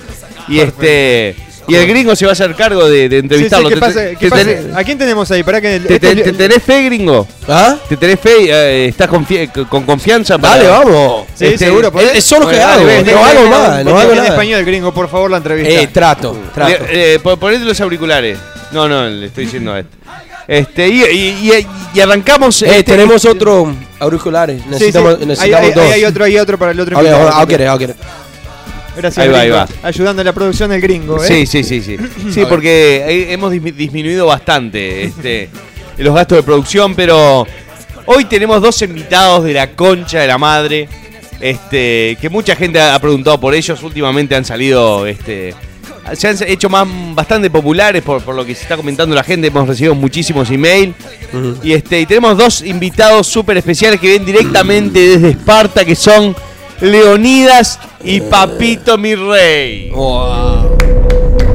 [SPEAKER 2] Y este. Y el gringo se va a hacer cargo de, de
[SPEAKER 4] Sí, sí,
[SPEAKER 2] entrevistarlo.
[SPEAKER 4] que
[SPEAKER 2] ¿Te-
[SPEAKER 4] pase,
[SPEAKER 2] te-
[SPEAKER 4] que
[SPEAKER 2] te
[SPEAKER 4] pase.
[SPEAKER 2] tenés-
[SPEAKER 4] ¿A quién tenemos ahí? Para que este el-
[SPEAKER 2] te-
[SPEAKER 4] esto es
[SPEAKER 2] te- te
[SPEAKER 4] li-
[SPEAKER 2] tenés fe, gringo?
[SPEAKER 3] ¿Ah?
[SPEAKER 2] ¿Te tenés fe? Eh, ¿Estás confi- con confianza? para-
[SPEAKER 3] Dale, vamos.
[SPEAKER 4] Sí,
[SPEAKER 2] este
[SPEAKER 4] seguro, por-
[SPEAKER 3] Es, es solo que
[SPEAKER 2] Bueno,
[SPEAKER 3] hago.
[SPEAKER 2] dale,
[SPEAKER 4] Este
[SPEAKER 3] No
[SPEAKER 4] es
[SPEAKER 3] hago
[SPEAKER 4] el-
[SPEAKER 3] más, no
[SPEAKER 4] porque
[SPEAKER 3] hago
[SPEAKER 4] en
[SPEAKER 3] nada.
[SPEAKER 4] español, gringo, por favor, la entrevista.
[SPEAKER 3] Eh, trato, trato.
[SPEAKER 2] Le- eh, po- ponete los auriculares. No, no, le estoy diciendo a este. Este, y, y- y- y arrancamos.
[SPEAKER 3] Eh,
[SPEAKER 2] este-
[SPEAKER 3] tenemos otro auriculares.
[SPEAKER 4] Sí, sí,
[SPEAKER 3] Necesitamos,
[SPEAKER 4] ahí-
[SPEAKER 3] necesitamos
[SPEAKER 4] ahí,
[SPEAKER 3] dos.
[SPEAKER 4] ahí hay otro, ahí hay otro para el otro.
[SPEAKER 3] ah, Ok,
[SPEAKER 4] invitado.
[SPEAKER 3] ahora- I'll get it, I'll get it.
[SPEAKER 4] Gracias,
[SPEAKER 2] Ahí va, ahí
[SPEAKER 4] gringo.
[SPEAKER 2] va.
[SPEAKER 4] Ayudando a la producción del gringo, eh.
[SPEAKER 2] Sí, sí, sí, sí. Sí, porque eh, hemos dismi- disminuido bastante este, los gastos de producción, pero hoy tenemos dos invitados de la concha de la madre, este, que mucha gente ha ha preguntado por ellos. Últimamente han salido, este, se han hecho más, bastante populares por, por lo que se está comentando la gente. Hemos recibido muchísimos email y este, y tenemos dos invitados súper especiales que vienen directamente desde Esparta, que son Leonidas y Papito mi rey.
[SPEAKER 3] Wow.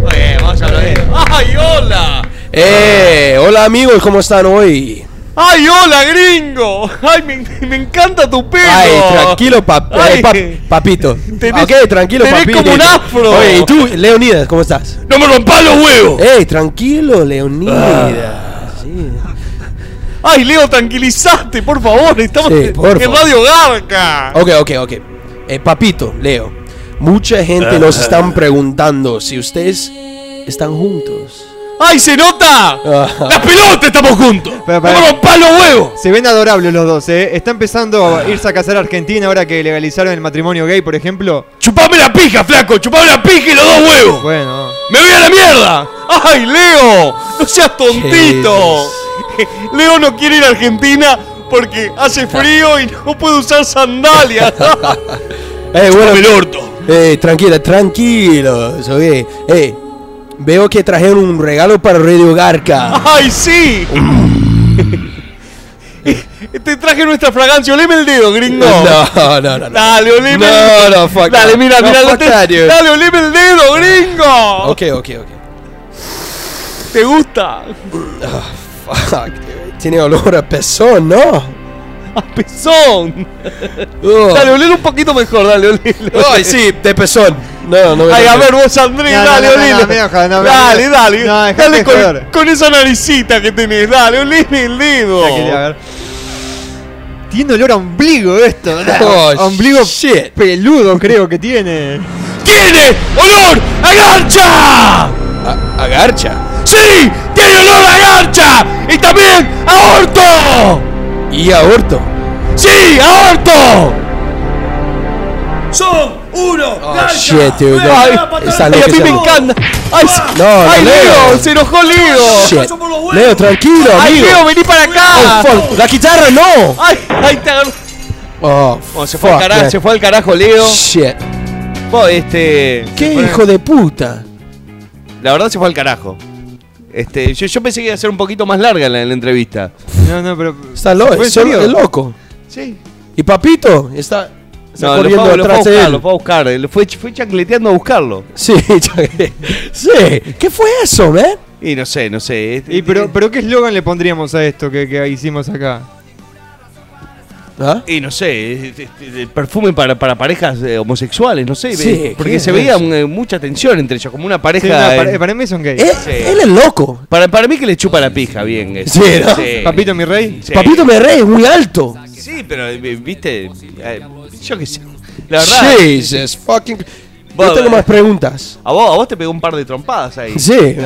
[SPEAKER 2] Oye, vamos a aplaudir. ¡Ay, hola!
[SPEAKER 3] Eh, hola amigos, ¿cómo están hoy?
[SPEAKER 2] ¡Ay, hola, gringo! ¡Ay, me, me encanta tu pelo!
[SPEAKER 3] Ay, tranquilo, pap- eh,
[SPEAKER 2] Ay.
[SPEAKER 3] pap- papito.
[SPEAKER 2] Tenés-
[SPEAKER 3] ok, tranquilo,
[SPEAKER 2] tenés
[SPEAKER 3] papito.
[SPEAKER 2] como un afro. Oh.
[SPEAKER 3] Oye, ¿y tú, Leonidas, cómo estás?
[SPEAKER 2] ¡No me rompas los huevos!
[SPEAKER 3] Ey, tranquilo, Leonidas. Sí.
[SPEAKER 2] ¡Ay, Leo, tranquilizate, por favor! ¡Estamos
[SPEAKER 3] Sí,
[SPEAKER 2] en-
[SPEAKER 3] por
[SPEAKER 2] en
[SPEAKER 3] favor.
[SPEAKER 2] Radio Garca!
[SPEAKER 3] Ok, ok, ok. Eh, papito, Leo. Mucha gente nos están preguntando si ustedes están juntos.
[SPEAKER 2] ¡Ay, se nota!
[SPEAKER 3] Ajá.
[SPEAKER 2] ¡Las pelotas estamos juntos!
[SPEAKER 4] Pero,
[SPEAKER 2] ¡No
[SPEAKER 4] pero-
[SPEAKER 2] me rompas los huevos!
[SPEAKER 4] Se ven adorables los dos, ¿eh? Está empezando a irse a casar a Argentina ahora que legalizaron el matrimonio gay, por ejemplo.
[SPEAKER 2] ¡Chupame la pija, flaco! ¡Chupame la pija y los dos huevos!
[SPEAKER 4] Bueno.
[SPEAKER 2] ¡Me voy a la mierda! ¡Ay, Leo! ¡No seas tontito! Leo no quiere ir a Argentina porque hace frío y no puede usar sandalias.
[SPEAKER 3] Eh, bueno,
[SPEAKER 2] el orto!
[SPEAKER 3] eh, tranquila, tranquilo. Oye, eh, veo que trajeron un regalo para Radio Garca.
[SPEAKER 2] ¡Ay, sí! Te traje nuestra fragancia. Oleme el dedo, gringo.
[SPEAKER 3] no, no, no. no.
[SPEAKER 2] Dale, oleme
[SPEAKER 3] No,
[SPEAKER 2] el
[SPEAKER 3] no, fuck
[SPEAKER 2] Dale,
[SPEAKER 3] no.
[SPEAKER 2] mira,
[SPEAKER 3] No,
[SPEAKER 2] mira.
[SPEAKER 3] fuck
[SPEAKER 2] lo te-
[SPEAKER 3] that, dude.
[SPEAKER 2] Dale, oleme el dedo, gringo.
[SPEAKER 3] Ok, ok, ok.
[SPEAKER 2] ¿Te gusta?
[SPEAKER 3] Fuck, dude. Tiene olor a pezón, ¿no?
[SPEAKER 2] A pezón.
[SPEAKER 3] Ugh.
[SPEAKER 2] Dale, olelo un poquito mejor. Dale, olelo.
[SPEAKER 3] Ay, sí, de pezón. No, no.
[SPEAKER 2] Ay,
[SPEAKER 3] no,
[SPEAKER 2] a
[SPEAKER 3] no.
[SPEAKER 2] ver, vos, Andrés,
[SPEAKER 4] No, no,
[SPEAKER 2] dale,
[SPEAKER 4] no, no,
[SPEAKER 2] olele.
[SPEAKER 4] no, me ojo, no, me-
[SPEAKER 2] dale, dale.
[SPEAKER 4] No, dejate
[SPEAKER 2] dale
[SPEAKER 4] de
[SPEAKER 2] con,
[SPEAKER 4] joder.
[SPEAKER 2] con esa naricita que tenés. Dale, olele el dedo.
[SPEAKER 4] Ya quería ver. Tiene olor a ombligo esto.
[SPEAKER 3] Oh,
[SPEAKER 4] A ombligo
[SPEAKER 3] shit.
[SPEAKER 4] peludo creo que tiene.
[SPEAKER 2] ¡Tiene olor a garcha!
[SPEAKER 3] A- agarcha.
[SPEAKER 2] ¡Sí! ¡Tiene olor a garcha! ¡Y también a orto!
[SPEAKER 3] Y aorto.
[SPEAKER 2] ¡Sí, a orto! ¡Son uno!
[SPEAKER 3] Oh, shit, dude. No, está
[SPEAKER 2] Ay,
[SPEAKER 3] loco
[SPEAKER 2] a mí
[SPEAKER 3] ese
[SPEAKER 2] me
[SPEAKER 3] hombre.
[SPEAKER 2] encanta. Ay, se-
[SPEAKER 3] No, no,
[SPEAKER 2] ay, Leo,
[SPEAKER 3] Leo.
[SPEAKER 2] se enojó Leo.
[SPEAKER 3] Shit. Leo, tranquilo,
[SPEAKER 2] Ay,
[SPEAKER 3] amigo.
[SPEAKER 2] Leo, vení para
[SPEAKER 3] Oh,
[SPEAKER 2] acá.
[SPEAKER 3] fuck. La guitarra, no.
[SPEAKER 2] Ay, ahí te agarró.
[SPEAKER 3] Oh,
[SPEAKER 2] Bueno, se, fue al
[SPEAKER 3] fuck,
[SPEAKER 2] carajo,
[SPEAKER 4] eh.
[SPEAKER 3] man.
[SPEAKER 2] se fue al carajo Leo.
[SPEAKER 3] Shit.
[SPEAKER 2] Vos, este.
[SPEAKER 3] ¿Qué hijo de puta?
[SPEAKER 2] La verdad se fue al carajo. Este, yo, yo pensé que iba a ser un poquito más larga la, la entrevista.
[SPEAKER 4] No, no, pero.
[SPEAKER 3] Está loco,
[SPEAKER 4] ¿Fue en
[SPEAKER 3] es, solo-
[SPEAKER 4] serio?
[SPEAKER 3] es loco.
[SPEAKER 2] Sí.
[SPEAKER 3] Y Papito está, está
[SPEAKER 2] No, lo fue,
[SPEAKER 3] corriendo
[SPEAKER 2] a- lo fue a
[SPEAKER 3] atrás de
[SPEAKER 2] buscar,
[SPEAKER 3] él.
[SPEAKER 2] lo fue a buscar. Él Fue, ch- fue chancleteando a buscarlo.
[SPEAKER 3] Sí, Chucky. sí. ¿Qué fue eso, man?
[SPEAKER 2] Y no sé, no sé. este-
[SPEAKER 4] Y pero, pero ¿qué eslogan le pondríamos a esto que, que hicimos acá?
[SPEAKER 3] ¿Ah?
[SPEAKER 2] Y no sé, este, este, el perfume para, para parejas eh, homosexuales, no sé.
[SPEAKER 3] Sí,
[SPEAKER 2] eh, porque
[SPEAKER 3] ¿qué
[SPEAKER 2] se
[SPEAKER 3] es
[SPEAKER 2] veía
[SPEAKER 3] eso?
[SPEAKER 2] un, eh, mucha tensión entre ellos, como una
[SPEAKER 4] Sí,
[SPEAKER 2] pareja.
[SPEAKER 4] no,
[SPEAKER 2] eh,
[SPEAKER 4] para, para mí son gays.
[SPEAKER 3] Él,
[SPEAKER 2] Sí.
[SPEAKER 3] él es loco.
[SPEAKER 2] para, para mí que le chupa la pija bien. eh.
[SPEAKER 3] Sí, ¿no?
[SPEAKER 4] Papito, mi rey.
[SPEAKER 2] sí.
[SPEAKER 3] Papito me es muy alto.
[SPEAKER 2] Sí, pero eh, viste, eh, yo qué sé. La verdad,
[SPEAKER 3] Jesus fucking.
[SPEAKER 2] Bueno, eh.
[SPEAKER 3] Yo tengo
[SPEAKER 2] bueno.
[SPEAKER 3] más preguntas.
[SPEAKER 2] a vos, a vos te pegó un par de trompadas ahí.
[SPEAKER 3] Sí,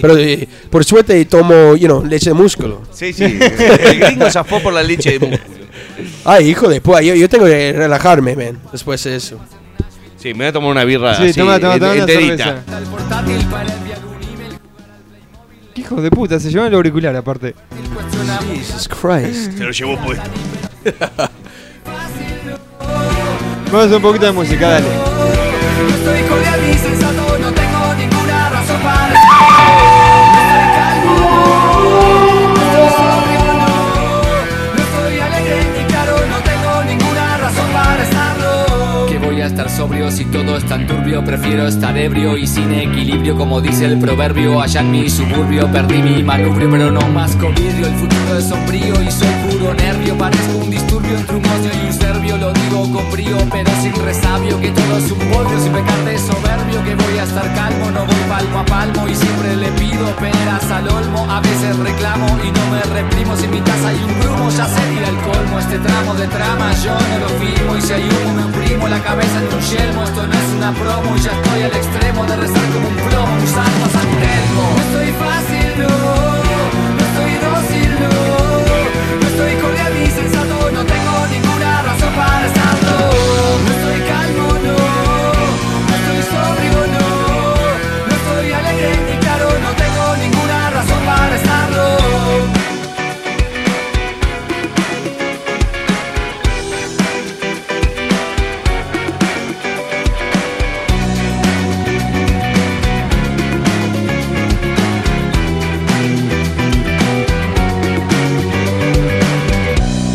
[SPEAKER 3] pero eh, por suerte tomo, you know, leche de músculo.
[SPEAKER 2] Sí, sí. El gringo zafó por la leche de músculo.
[SPEAKER 3] Ay, hijo de puta, yo, yo tengo que relajarme, man, después de eso.
[SPEAKER 2] Sí, me voy a tomar una birra
[SPEAKER 4] Sí,
[SPEAKER 2] así,
[SPEAKER 4] toma, toma, toma una
[SPEAKER 2] enterita.
[SPEAKER 4] cerveza. Qué Hijo de puta, se llevó el auricular aparte.
[SPEAKER 3] Jesus Christ.
[SPEAKER 2] Se lo llevó puesto.
[SPEAKER 4] Vamos a hacer un poquito de música, dale.
[SPEAKER 6] Soy cordial y sensato, no tengo ninguna razón para No estoy calmo, no estoy sobrio, no. No estoy alegre ni claro, no tengo ninguna razón para estarlo
[SPEAKER 7] Que voy a estar sobrio si todo es tan turbio Prefiero estar ebrio y sin equilibrio Como dice el proverbio Allá en mi suburbio perdí mi manubrio Pero no más con vidrio El futuro es sombrío y soy puro nervio Parezco un disturbio entre un odio y un serbio Lo digo con brío pero sin resabio Que todo es un polvo sin pecar de soberbio Que voy a estar calmo, no voy palmo a palmo Y siempre le pido peras al olmo A veces reclamo y no me reprimo Si en mi casa hay un brumo ya sería el colmo Este tramo de trama yo no lo firmo Y si hay humo me imprimo la cabeza en un yelmo Esto no es una promo y ya estoy al extremo De rezar como un plomo, un santo a San Telmo
[SPEAKER 6] No estoy fácil, no, no estoy dócil, no No estoy cordial ni sensato, no tengo ninguna razón para estarlo No estoy calmo, no, no estoy sobrio, no No estoy alegre ni claro, no tengo ninguna razón para estarlo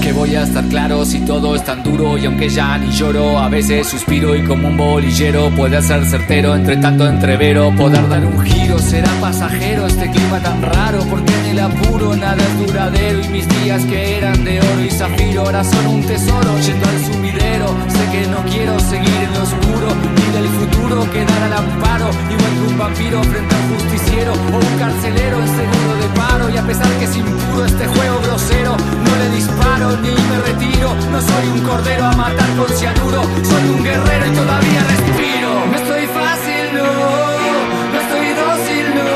[SPEAKER 7] Que voy a estar claro si todo es tan duro Y aunque ya ni lloro, a veces suspiro Y como un bolillero puede ser certero Entre tanto entrevero, poder dar un giro Será pasajero este clima tan raro Porque en el apuro nada es duradero Y mis días que eran de oro y zafiro Ahora son un tesoro yendo al sumidero Sé que no quiero seguir en lo oscuro Ni del futuro quedar al amparo Igual que un vampiro frente a un justiciero O un carcelero en seguro de paro Y a pesar que es impuro este juego grosero No le disparo ni me retiro No soy un cordero a matar con cianuro Soy un guerrero y todavía respiro
[SPEAKER 6] No estoy fácil, no, no estoy dócil, no,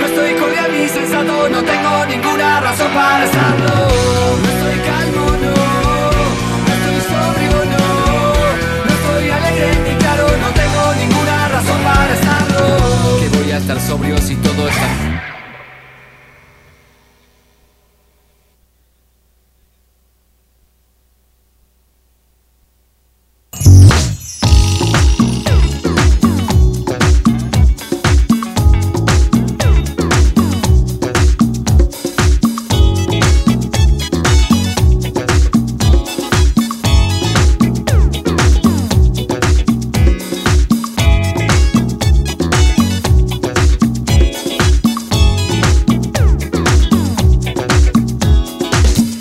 [SPEAKER 6] no estoy cordial ni sensato, no tengo ninguna razón para estarlo. No estoy calmo, no, no estoy sobrio, no, no estoy alegre ni claro, no tengo ninguna razón para estarlo.
[SPEAKER 7] Que voy a estar sobrio si todo está...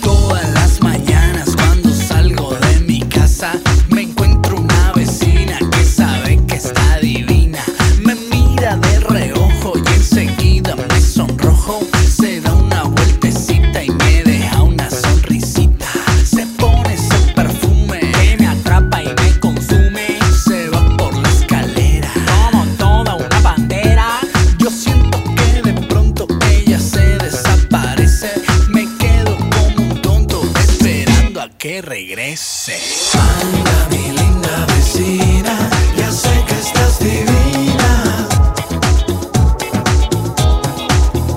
[SPEAKER 8] Todas las mañanas cuando salgo de mi casa me encuentro una vecina que sabe que está divina. Me mira de reojo y enseguida me sonrojo. Se da una vueltecita y me deja una sonrisita. Se pone ese perfume que me atrapa y me consume. Se va por la escalera como toda una bandera. Yo siento que de pronto ella se desaparece. Me quedo como un tonto esperando a que regrese. Anda, mi linda vecina, ya sé que estás divina.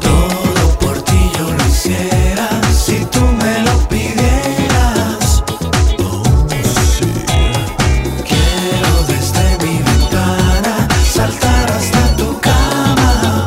[SPEAKER 8] Todo por ti yo lo hiciera si tú me lo pidieras. Quiero desde mi ventana saltar hasta tu casa.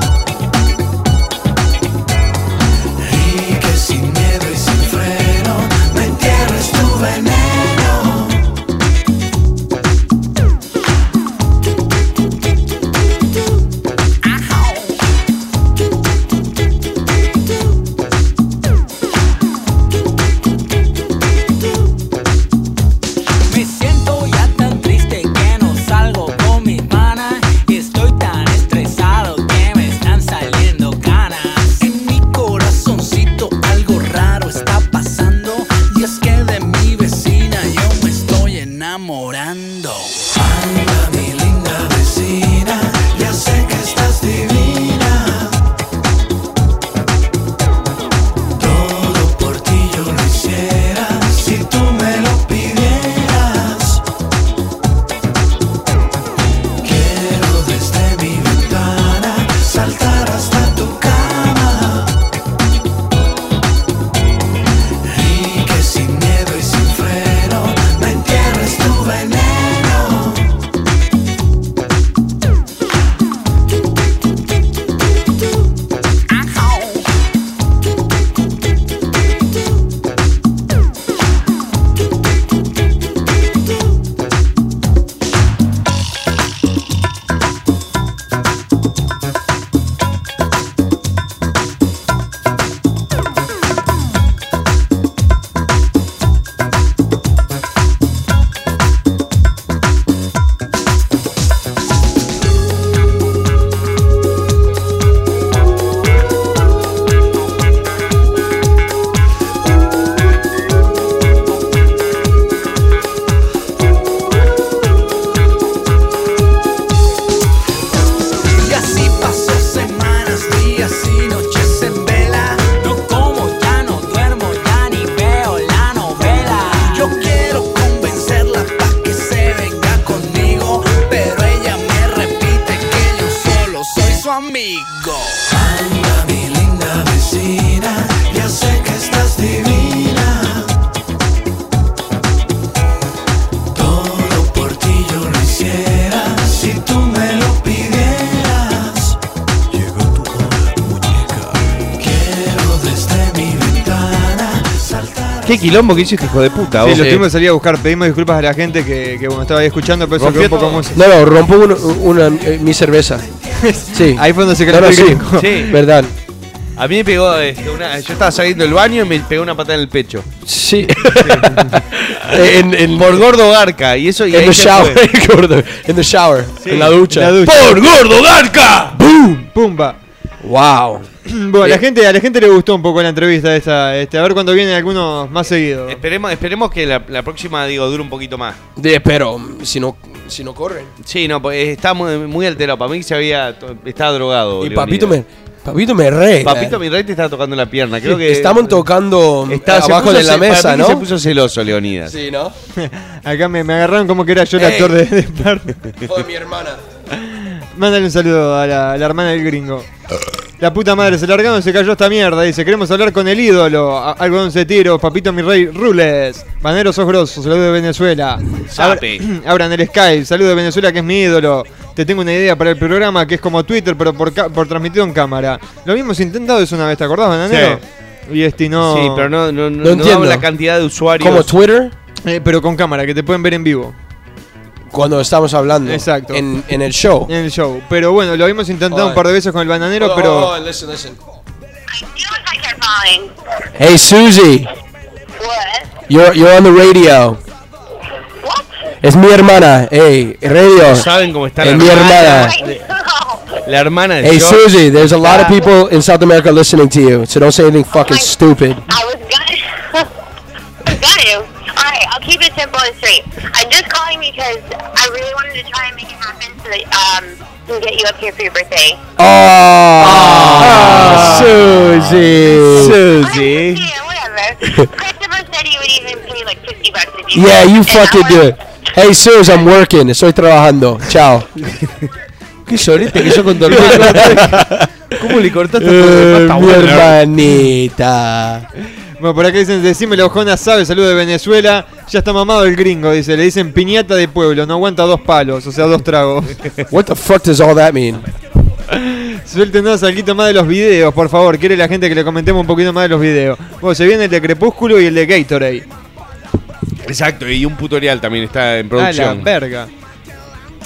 [SPEAKER 2] Qué quilombo que hizo este hijo de puta,
[SPEAKER 4] Sí,
[SPEAKER 2] vos.
[SPEAKER 4] lo
[SPEAKER 2] Sí.
[SPEAKER 4] tuvimos que salir a buscar. Pedimos disculpas a la gente que, que bueno, estaba ahí escuchando, pero eso
[SPEAKER 2] Rompió
[SPEAKER 4] quedó un poco
[SPEAKER 2] todo.
[SPEAKER 4] música.
[SPEAKER 3] No, no, rompo una, una- eh, mi cerveza. Sí.
[SPEAKER 4] Ahí fue donde se
[SPEAKER 3] No,
[SPEAKER 4] creó
[SPEAKER 3] no,
[SPEAKER 4] el
[SPEAKER 3] sí.
[SPEAKER 4] gringo.
[SPEAKER 2] Sí.
[SPEAKER 3] ¿Verdad?
[SPEAKER 2] A mí me pegó este, una. Yo estaba saliendo del baño y me pegó una patada en el pecho.
[SPEAKER 3] Sí. Eh, en, en,
[SPEAKER 2] Por gordo garca. Y eso y
[SPEAKER 3] en
[SPEAKER 2] ahí
[SPEAKER 3] the
[SPEAKER 2] se
[SPEAKER 3] shower.
[SPEAKER 2] fue.
[SPEAKER 3] gordo. En the shower. en la ducha.
[SPEAKER 4] en la ducha.
[SPEAKER 3] ¡Por gordo garca! ¡Boom!
[SPEAKER 4] Pumba.
[SPEAKER 3] ¡Wow!
[SPEAKER 4] Bueno,
[SPEAKER 2] Eh.
[SPEAKER 4] la gente, a la gente le gustó un poco la entrevista esta. Este, a ver cuándo vienen algunos más seguidos.
[SPEAKER 2] Esperemos, esperemos que la, la próxima, digo, dure un poquito más.
[SPEAKER 3] De- pero mm, si no, si no corren.
[SPEAKER 2] Sí, no, pues, está muy, muy alterado. Para mí que se había. to- Estaba drogado.
[SPEAKER 3] Y
[SPEAKER 2] Leonidas.
[SPEAKER 3] papito me, papito me re.
[SPEAKER 2] eh.
[SPEAKER 3] eh,
[SPEAKER 2] Papito, mi rey te estaba tocando la pierna. Creo que.
[SPEAKER 3] Estamos tocando
[SPEAKER 2] Está-
[SPEAKER 3] eh,
[SPEAKER 2] se
[SPEAKER 3] abajo
[SPEAKER 2] puso
[SPEAKER 3] de la
[SPEAKER 2] ce- para
[SPEAKER 3] mesa,
[SPEAKER 2] mí que
[SPEAKER 3] ¿no?
[SPEAKER 2] Se puso celoso, Leonidas.
[SPEAKER 3] Sí, ¿no?
[SPEAKER 4] Acá me, me agarraron como que era yo el
[SPEAKER 3] Ey.
[SPEAKER 4] actor de, de Sparta.
[SPEAKER 3] Fue mi hermana.
[SPEAKER 4] Mándale un saludo a la, a la hermana del gringo. La puta madre, se largaron, se cayó esta mierda. Dice, queremos hablar con el ídolo. A- Algo de once tiros, papito mi rey, rules. Banero sos grosso, saludo de Venezuela. Abra-
[SPEAKER 2] Sape.
[SPEAKER 4] abran el Skype, saludo de Venezuela que es mi ídolo. Te tengo una idea para el programa que es como Twitter, pero por, ca- por transmitido en cámara. Lo habíamos intentado eso una vez, ¿te acordás, Bananero? Y este no.
[SPEAKER 2] Sí, pero no, no, no, no
[SPEAKER 3] entiendo.
[SPEAKER 2] la cantidad de usuarios.
[SPEAKER 3] Como Twitter,
[SPEAKER 4] Eh, pero con cámara, que te pueden ver en vivo.
[SPEAKER 3] cuando estamos hablando.
[SPEAKER 4] Exacto. Eh.
[SPEAKER 3] En, en el show.
[SPEAKER 4] En el show. Pero bueno, lo habíamos intentado
[SPEAKER 3] Ay.
[SPEAKER 4] un par de veces con el bananero,
[SPEAKER 2] Oh,
[SPEAKER 4] pero.
[SPEAKER 3] listen, listen.
[SPEAKER 9] feels like they're falling.
[SPEAKER 3] Hey, Susie.
[SPEAKER 9] What?
[SPEAKER 3] You're, you're on the radio.
[SPEAKER 9] What?
[SPEAKER 3] Es mi hermana. Hey, radio.
[SPEAKER 2] ¿Saben cómo está
[SPEAKER 3] Es
[SPEAKER 2] la
[SPEAKER 3] mi hermana.
[SPEAKER 9] Wait, no.
[SPEAKER 2] La hermana de
[SPEAKER 3] Hey,
[SPEAKER 2] George.
[SPEAKER 3] Susie, there's a lot of people in South America listening to you, so don't say anything fucking
[SPEAKER 9] my-
[SPEAKER 3] stupid.
[SPEAKER 9] I was gonna. I was gonna. Alright, I'll keep it simple and straight. I'm just calling because I really wanted to try and make it happen so that um, we can get you up here for your birthday.
[SPEAKER 3] Oh, Susie.
[SPEAKER 9] Susie. Whatever. Christopher said he would even pay like 50 bucks if you
[SPEAKER 3] Yeah, you
[SPEAKER 9] And I
[SPEAKER 3] fucking do
[SPEAKER 9] was-
[SPEAKER 3] it. Hey, Suze, I'm working. Estoy trabajando. Chao.
[SPEAKER 2] Qué sorete que yo con tu ¿Cómo le cortaste todo
[SPEAKER 3] Eh,
[SPEAKER 2] el pata,
[SPEAKER 3] mi
[SPEAKER 2] boludo?
[SPEAKER 3] hermanita.
[SPEAKER 4] Bueno, por acá dicen, decímelo, Jonas sabe, saludo de Venezuela. Ya está mamado el gringo, dice. Le dicen piñata de pueblo, no aguanta dos palos, o sea, dos tragos.
[SPEAKER 3] What the fuck does all that mean?
[SPEAKER 4] Suéltenos algo más de los videos, por favor. Quiere la gente que le comentemos un poquito más de los videos. Bueno, se viene el de Crepúsculo y el de Gatorade.
[SPEAKER 2] Exacto, y un tutorial también está en
[SPEAKER 4] A la
[SPEAKER 2] producción.
[SPEAKER 4] verga.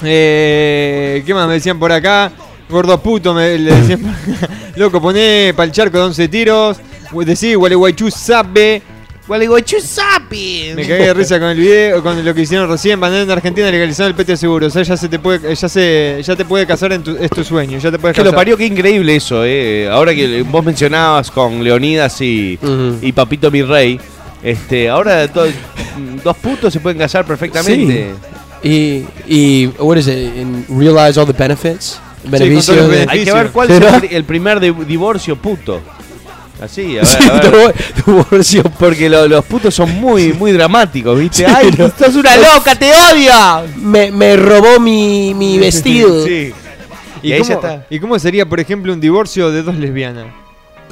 [SPEAKER 4] Eh, ¿Qué más me decían por acá? Gordo puto, me le decían por acá. Loco, poné pa'l charco de 11 tiros. Decí, Gualeguaychú sabe.
[SPEAKER 5] Gualeguaychú Sapi.
[SPEAKER 4] Me cagué de risa con el video, con lo que hicieron recién, banana en Argentina legalizaron el PT de seguro. O sea, ya se te puede, ya se, ya te puede casar en tu, es tu sueño, ya te puedes
[SPEAKER 2] Que
[SPEAKER 4] casar.
[SPEAKER 2] lo parió, qué increíble eso, eh. Ahora que vos mencionabas con Leonidas y,
[SPEAKER 3] Ujú.
[SPEAKER 2] y Papito Mi Rey, este, ahora to- dos putos se pueden casar perfectamente.
[SPEAKER 3] Y, y, what is it? In realize all the benefits? Beneficios
[SPEAKER 4] todos los
[SPEAKER 3] de-
[SPEAKER 2] Hay que
[SPEAKER 4] Difícil.
[SPEAKER 2] ver cuál
[SPEAKER 3] Sí,
[SPEAKER 2] es
[SPEAKER 3] ¿no?
[SPEAKER 2] el, el primer di- divorcio puto. Así, a ver,
[SPEAKER 3] Sí,
[SPEAKER 2] a ver.
[SPEAKER 3] divor- divorcio.
[SPEAKER 2] Porque lo- los putos son muy, muy dramáticos, ¿viste? ¡Ay,
[SPEAKER 3] no.
[SPEAKER 2] sos una loca, te odio!
[SPEAKER 3] Me, me robó mi, mi vestido.
[SPEAKER 2] Sí.
[SPEAKER 4] ¿Y,
[SPEAKER 2] Y ahí
[SPEAKER 4] cómo,
[SPEAKER 2] ya está.
[SPEAKER 4] ¿Y cómo sería, por ejemplo, un divorcio de dos lesbianas?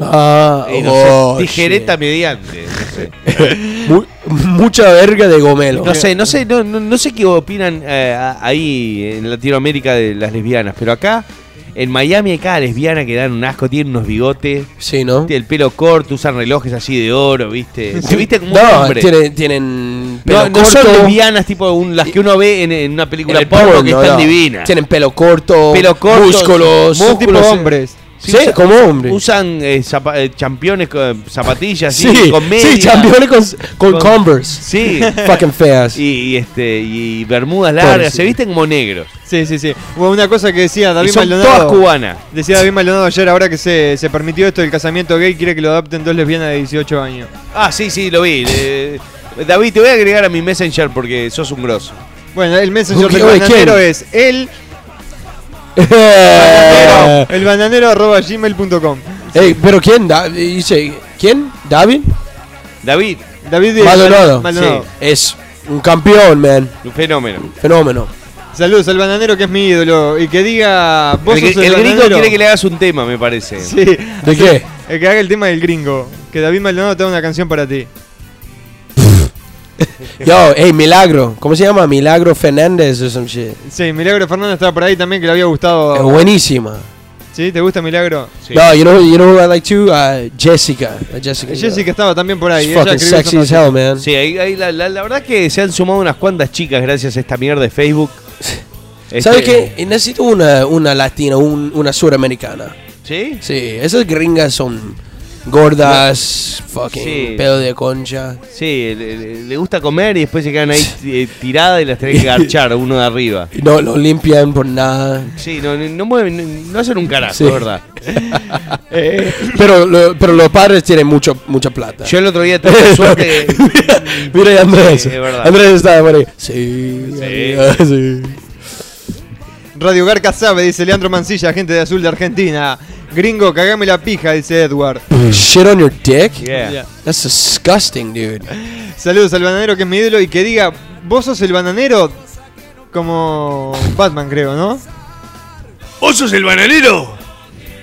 [SPEAKER 3] Ah,
[SPEAKER 2] Y no
[SPEAKER 3] oh,
[SPEAKER 2] sé, tijereta
[SPEAKER 3] shit.
[SPEAKER 2] mediante. No sé.
[SPEAKER 3] Mu- mucha verga de gomelo.
[SPEAKER 2] No sé, no sé, no, no- no sé qué opinan eh, a- ahí en Latinoamérica de las lesbianas, pero acá en Miami hay cada lesbiana que dan un asco, tienen unos bigotes,
[SPEAKER 3] Sí, ¿no?
[SPEAKER 2] tiene el pelo corto, usan relojes así de oro, ¿viste? Se viste como un
[SPEAKER 3] No,
[SPEAKER 2] hombre.
[SPEAKER 3] tienen, tienen
[SPEAKER 2] no,
[SPEAKER 3] pelo
[SPEAKER 2] no
[SPEAKER 3] corto.
[SPEAKER 2] son lesbianas tipo un- las que uno ve en, en una
[SPEAKER 3] en
[SPEAKER 2] película
[SPEAKER 3] el
[SPEAKER 2] porno que
[SPEAKER 3] porno,
[SPEAKER 2] están
[SPEAKER 3] no.
[SPEAKER 2] divinas.
[SPEAKER 3] Tienen pelo corto,
[SPEAKER 2] Pelo corto,
[SPEAKER 3] músculos.
[SPEAKER 4] Son tipo
[SPEAKER 2] eh.
[SPEAKER 3] músculos,
[SPEAKER 4] hombres.
[SPEAKER 3] Sí, sí, como hombre.
[SPEAKER 2] Usan eh, zapa- eh, championes con zapatillas,
[SPEAKER 3] sí,
[SPEAKER 2] sí,
[SPEAKER 3] sí,
[SPEAKER 2] con medias.
[SPEAKER 3] championes con,
[SPEAKER 2] Con-
[SPEAKER 3] con, Converse.
[SPEAKER 2] Sí.
[SPEAKER 3] Fucking feas.
[SPEAKER 2] y, y este, y bermudas largas,
[SPEAKER 3] Pobrecito.
[SPEAKER 2] se visten como negros.
[SPEAKER 4] Sí, sí, sí. Hubo una cosa que decía
[SPEAKER 2] Y
[SPEAKER 4] David
[SPEAKER 2] son todas
[SPEAKER 4] Maldonado.
[SPEAKER 2] cubanas.
[SPEAKER 4] Decía David Maldonado ayer, ahora que se, se permitió esto del casamiento gay, quiere que lo adopten dos lesbianas de 18 años.
[SPEAKER 2] Ah, sí, sí, lo vi. Eh, David, te voy a agregar a mi Messenger porque sos un grosso.
[SPEAKER 4] Bueno, el messenger
[SPEAKER 3] Uy,
[SPEAKER 4] del
[SPEAKER 3] uy,
[SPEAKER 4] bananero
[SPEAKER 3] ¿quién?
[SPEAKER 4] es el
[SPEAKER 3] Eh,
[SPEAKER 4] bananero, el bananero arroba gmail.com.
[SPEAKER 3] Ey, pero ¿quién? Da- dice, ¿Quién? ¿David?
[SPEAKER 2] David,
[SPEAKER 4] David eh,
[SPEAKER 3] Maldonado.
[SPEAKER 4] Maldonado.
[SPEAKER 3] Sí. Es un campeón, man.
[SPEAKER 2] un fenómeno.
[SPEAKER 3] Fenómeno.
[SPEAKER 4] Saludos al bananero que es mi ídolo y que diga vos
[SPEAKER 2] El, que-
[SPEAKER 4] sos el,
[SPEAKER 2] el gringo
[SPEAKER 4] bananero.
[SPEAKER 2] quiere que le hagas un tema, me parece.
[SPEAKER 4] Sí,
[SPEAKER 3] ¿De qué?
[SPEAKER 4] el que haga el tema del gringo. Que David Maldonado te da una canción para ti.
[SPEAKER 3] Yo, hey, Milagro. ¿Cómo se llama? Milagro Fernández o some shit.
[SPEAKER 4] Sí, Milagro Fernández estaba por ahí también que le había
[SPEAKER 3] Es
[SPEAKER 4] gustado.
[SPEAKER 3] buenísima.
[SPEAKER 4] ¿Sí? ¿Te gusta Milagro?
[SPEAKER 2] Oh, Sí.
[SPEAKER 3] No, you know, you know who I like too? Uh, Jessica. Uh, Jessica.
[SPEAKER 4] Jessica estaba también por ahí.
[SPEAKER 3] She's
[SPEAKER 4] ella
[SPEAKER 3] fucking
[SPEAKER 4] escribió
[SPEAKER 3] sexy
[SPEAKER 4] esa
[SPEAKER 3] as
[SPEAKER 4] nota.
[SPEAKER 3] hell, man.
[SPEAKER 2] Sí, ahí, ahí la, la- la verdad que se han sumado unas cuantas chicas gracias a esta mierda de Facebook. Este-
[SPEAKER 3] ¿Sabes qué? Y Necesito una, una latina, un- una suramericana.
[SPEAKER 2] ¿Sí?
[SPEAKER 3] Sí, esas gringas son gordas, fucking
[SPEAKER 2] Sí.
[SPEAKER 3] pedo de concha.
[SPEAKER 2] Sí, le- le, le gusta comer y después se quedan ahí eh, tiradas y las tenés que garchar uno de arriba.
[SPEAKER 3] Y No lo limpian por nada.
[SPEAKER 2] Sí, no, no- no mueven, no- no hacen un carajo,
[SPEAKER 3] Sí.
[SPEAKER 2] es verdad.
[SPEAKER 3] Pero, lo- pero los padres tienen mucho, mucha plata.
[SPEAKER 2] Yo el otro día tuve la suerte.
[SPEAKER 3] Mira ahí Andrés.
[SPEAKER 2] Sí, es verdad.
[SPEAKER 3] Andrés estaba por ahí. Sí,
[SPEAKER 2] Sí.
[SPEAKER 3] amiga, sí.
[SPEAKER 4] Radio Garca sabe, dice Leandro Mancilla, gente de Azul de Argentina. Gringo, cagame la pija, dice Edward.
[SPEAKER 3] Shit on your dick?
[SPEAKER 2] Yeah.
[SPEAKER 4] Yeah.
[SPEAKER 3] That's disgusting, dude.
[SPEAKER 4] Saludos al bananero que es mi ídolo y que diga, vos sos el bananero como Batman, creo, ¿no?
[SPEAKER 2] ¿Vos sos el bananero?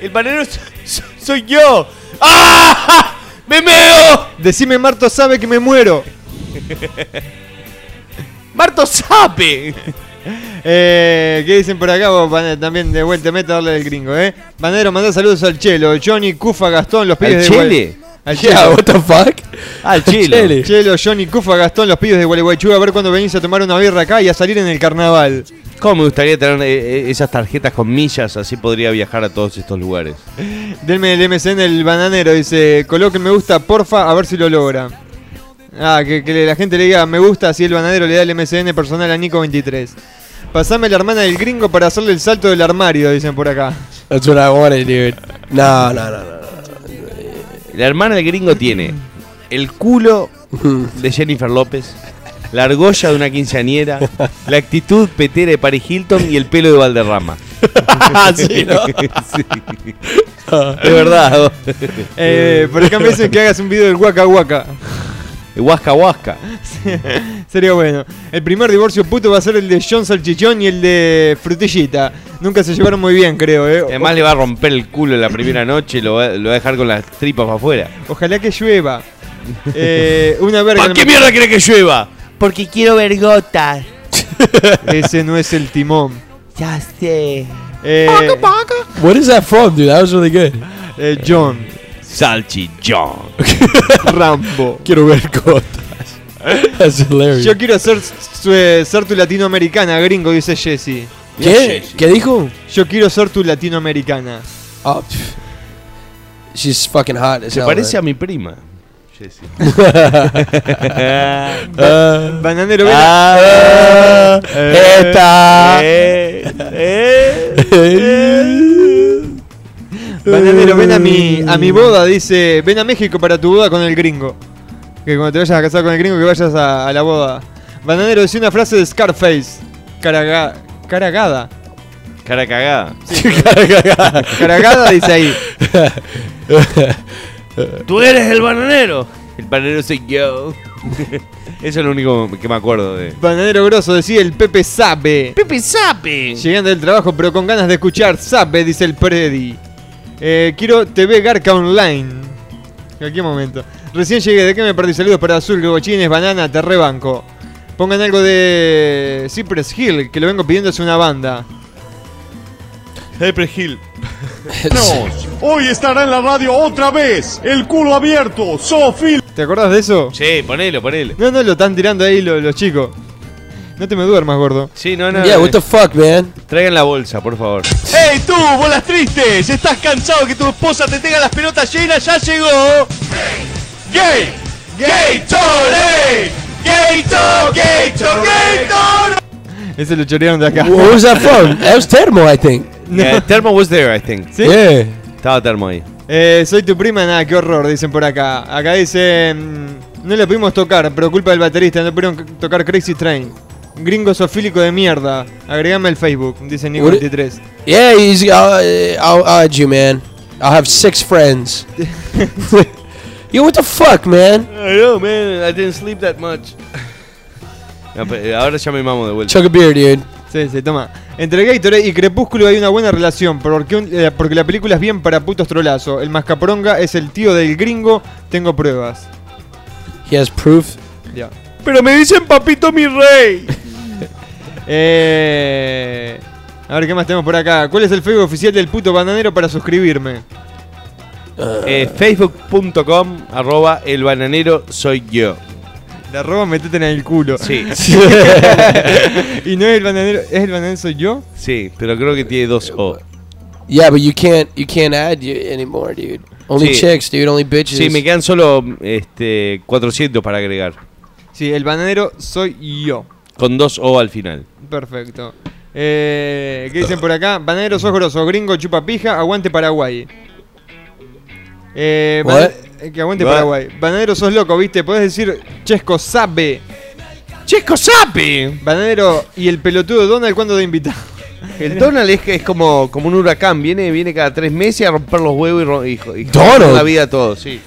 [SPEAKER 2] El bananero so- so- soy yo. ¡Ah! ¡Me meo!
[SPEAKER 4] Decime, Marto sabe que me muero.
[SPEAKER 2] ¡Marto Sape!
[SPEAKER 4] Eh, ¿Qué dicen por acá? Vos, Ban- también de vuelta, meta darle al gringo, ¿eh? Bananero, manda saludos al Chelo, Johnny, Cufa, Gastón, los pibes
[SPEAKER 2] ¿Al
[SPEAKER 4] de
[SPEAKER 2] Chele? Ah,
[SPEAKER 4] Guay- Al
[SPEAKER 3] Yeah,
[SPEAKER 4] Chelo.
[SPEAKER 3] what the fuck?
[SPEAKER 2] Al chile.
[SPEAKER 4] Chelo, Johnny, Cufa, Gastón, los pibes de Gualeguaychú, a ver cuándo venís a tomar una birra acá y a salir en el carnaval.
[SPEAKER 2] ¿Cómo me gustaría tener eh, eh, esas tarjetas con millas? Así podría viajar a todos estos lugares.
[SPEAKER 4] Denme el MCN el bananero, dice, coloquen me gusta, porfa, a ver si lo logra. Ah, que, que la gente le diga me gusta, así el bananero le da el MCN personal a Nico23. Pasame la hermana del gringo para hacerle el salto del armario, dicen por acá.
[SPEAKER 3] That's what I wanted, dude. No, no, no, no.
[SPEAKER 2] La hermana del gringo tiene el culo de Jennifer López, la argolla de una quinceañera, la actitud petera de Paris Hilton y el pelo de Valderrama. Ah,
[SPEAKER 3] Sí, ¿no?
[SPEAKER 2] Sí. De verdad.
[SPEAKER 4] Eh, por acá me dicen que hagas un video del Waka Waka.
[SPEAKER 2] Huasca, huasca.
[SPEAKER 4] Sería bueno. El primer divorcio puto va a ser el de John Salchichón y el de Frutillita. Nunca se llevaron muy bien, creo, eh.
[SPEAKER 2] Además le va a romper el culo la primera noche, lo va, lo va a dejar con las tripas para afuera.
[SPEAKER 4] O- ojalá que llueva. Eh, una verga.
[SPEAKER 2] ¿Para qué mierda cree que llueva?
[SPEAKER 5] Porque quiero vergotas.
[SPEAKER 4] Ese no es el timón.
[SPEAKER 5] Ya sé.
[SPEAKER 4] Eh,
[SPEAKER 3] What is that from, dude? That was really good.
[SPEAKER 4] eh, John.
[SPEAKER 2] Salchichón.
[SPEAKER 4] Rambo.
[SPEAKER 3] Quiero ver gotas. That's hilarious.
[SPEAKER 4] Yo quiero ser, su- eh, ser tu latinoamericana, gringo, dice Jesse.
[SPEAKER 3] ¿Qué? ¿Qué dijo?
[SPEAKER 4] Yo quiero ser tu latinoamericana.
[SPEAKER 3] Oh, pff. she's fucking hot as
[SPEAKER 2] Se
[SPEAKER 3] hell,
[SPEAKER 2] parece a
[SPEAKER 3] man.
[SPEAKER 2] mi prima. eh. Jessy. Eh,
[SPEAKER 3] Ah,
[SPEAKER 4] Bananero, ven.
[SPEAKER 3] ah, esta.
[SPEAKER 2] Eh, eh.
[SPEAKER 4] Bananero, ven a mi, a mi boda, dice, ven a México para tu boda con el gringo. Que cuando te vayas a casar con el gringo, que vayas a, a la boda. Bananero, dice una frase de Scarface. Caraga, caragada.
[SPEAKER 2] Cara cagada.
[SPEAKER 4] Caragada dice ahí.
[SPEAKER 2] Tú eres el bananero. El bananero soy yo. Eso es lo único que me acuerdo de.
[SPEAKER 4] Bananero grosso, decía el Pepe Sabe.
[SPEAKER 5] Pepe Sape.
[SPEAKER 4] Llegando del trabajo, pero con ganas de escuchar Sabe, dice el Freddy. Eh, quiero TV Garca Online. En cualquier momento. Recién llegué, ¿de qué me perdí? Saludos para Azul, Gochines, Banana, te rebanco. Pongan algo de Cypress Hill, que lo vengo pidiendo hace una banda.
[SPEAKER 10] Cypress Hill. Hoy estará en la radio otra vez. El culo abierto. Sofil.
[SPEAKER 4] ¿Te acordás de eso?
[SPEAKER 2] Sí, ponelo, ponelo.
[SPEAKER 4] No, no, lo están tirando ahí lo- los, chicos. No te me duermas, gordo.
[SPEAKER 2] Sí, no, no. eh,
[SPEAKER 3] Yeah, what the fuck, man?
[SPEAKER 2] Traigan la bolsa, por favor.
[SPEAKER 10] ¡Hey tú, bolas tristes! ¿Estás cansado que tu esposa te tenga las pelotas llenas? ¡Ya llegó! ¡Gay! ¡Gay! ¡Gatorade! ¡Gato! ¡Gato! ¡Gato!
[SPEAKER 4] Ese lo chorearon de acá.
[SPEAKER 3] What was that from? That was Thermo, I think.
[SPEAKER 2] Yeah, Thermo was there, I think.
[SPEAKER 4] Sí.
[SPEAKER 3] Yeah.
[SPEAKER 2] Estaba Termo ahí.
[SPEAKER 4] Eh, soy tu prima, nada, qué horror, dicen por acá. Acá dicen. No le pudimos tocar, pero culpa del baterista, no pudieron c- tocar Crazy Train. Gringo sofílico de mierda. Agregame al Facebook, dice Nico
[SPEAKER 3] Uri-
[SPEAKER 4] 23.
[SPEAKER 3] Yeah, he's. I'll, I'll add you, man. I'll have six friends. Yo, what the fuck, man?
[SPEAKER 2] I know, man. I didn't sleep that much. ahora ya me mamo de vuelta.
[SPEAKER 3] Chug a beer, dude.
[SPEAKER 4] Sí, sí, toma. Entre Gatorade y Crepúsculo hay una buena relación, porque, un- eh, porque la película es bien para putos trolazo. El mascaporonga es el tío del gringo, tengo pruebas.
[SPEAKER 3] He has proof.
[SPEAKER 4] Ya.
[SPEAKER 2] Pero me dicen papito mi rey.
[SPEAKER 4] Eh, A ver, ¿qué más tenemos por acá? ¿Cuál es el Facebook oficial del puto bananero para suscribirme?
[SPEAKER 2] Eh, Facebook.com arroba el bananero soy yo.
[SPEAKER 4] De arroba metete en el culo.
[SPEAKER 2] Sí.
[SPEAKER 4] y no es el bananero, es el bananero soy yo.
[SPEAKER 2] Sí, pero creo que tiene dos O.
[SPEAKER 3] Yeah, but you can't you can't add you anymore, dude. Only
[SPEAKER 2] Sí.
[SPEAKER 3] chicks, dude. Only bitches.
[SPEAKER 2] Sí, me quedan solo este, 400 para agregar.
[SPEAKER 4] Sí, el bananero soy yo.
[SPEAKER 2] Con dos O al final.
[SPEAKER 4] Perfecto. Eh, ¿Qué dicen por acá? Bananero sos grosso, gringo chupa pija, aguante Paraguay. Eh,
[SPEAKER 3] What?
[SPEAKER 4] bana- eh, que aguante
[SPEAKER 2] What?
[SPEAKER 4] Paraguay. Bananero sos loco, viste, podés decir Chesco sabe.
[SPEAKER 2] ¡Chesco Sapi!
[SPEAKER 4] Bananero y el pelotudo Donald cuando te invita.
[SPEAKER 2] El Donald es, es como, como un huracán, viene, viene cada tres meses a romper los huevos y, ro- y, jo- y joder
[SPEAKER 3] Donald.
[SPEAKER 2] la vida a todos, sí.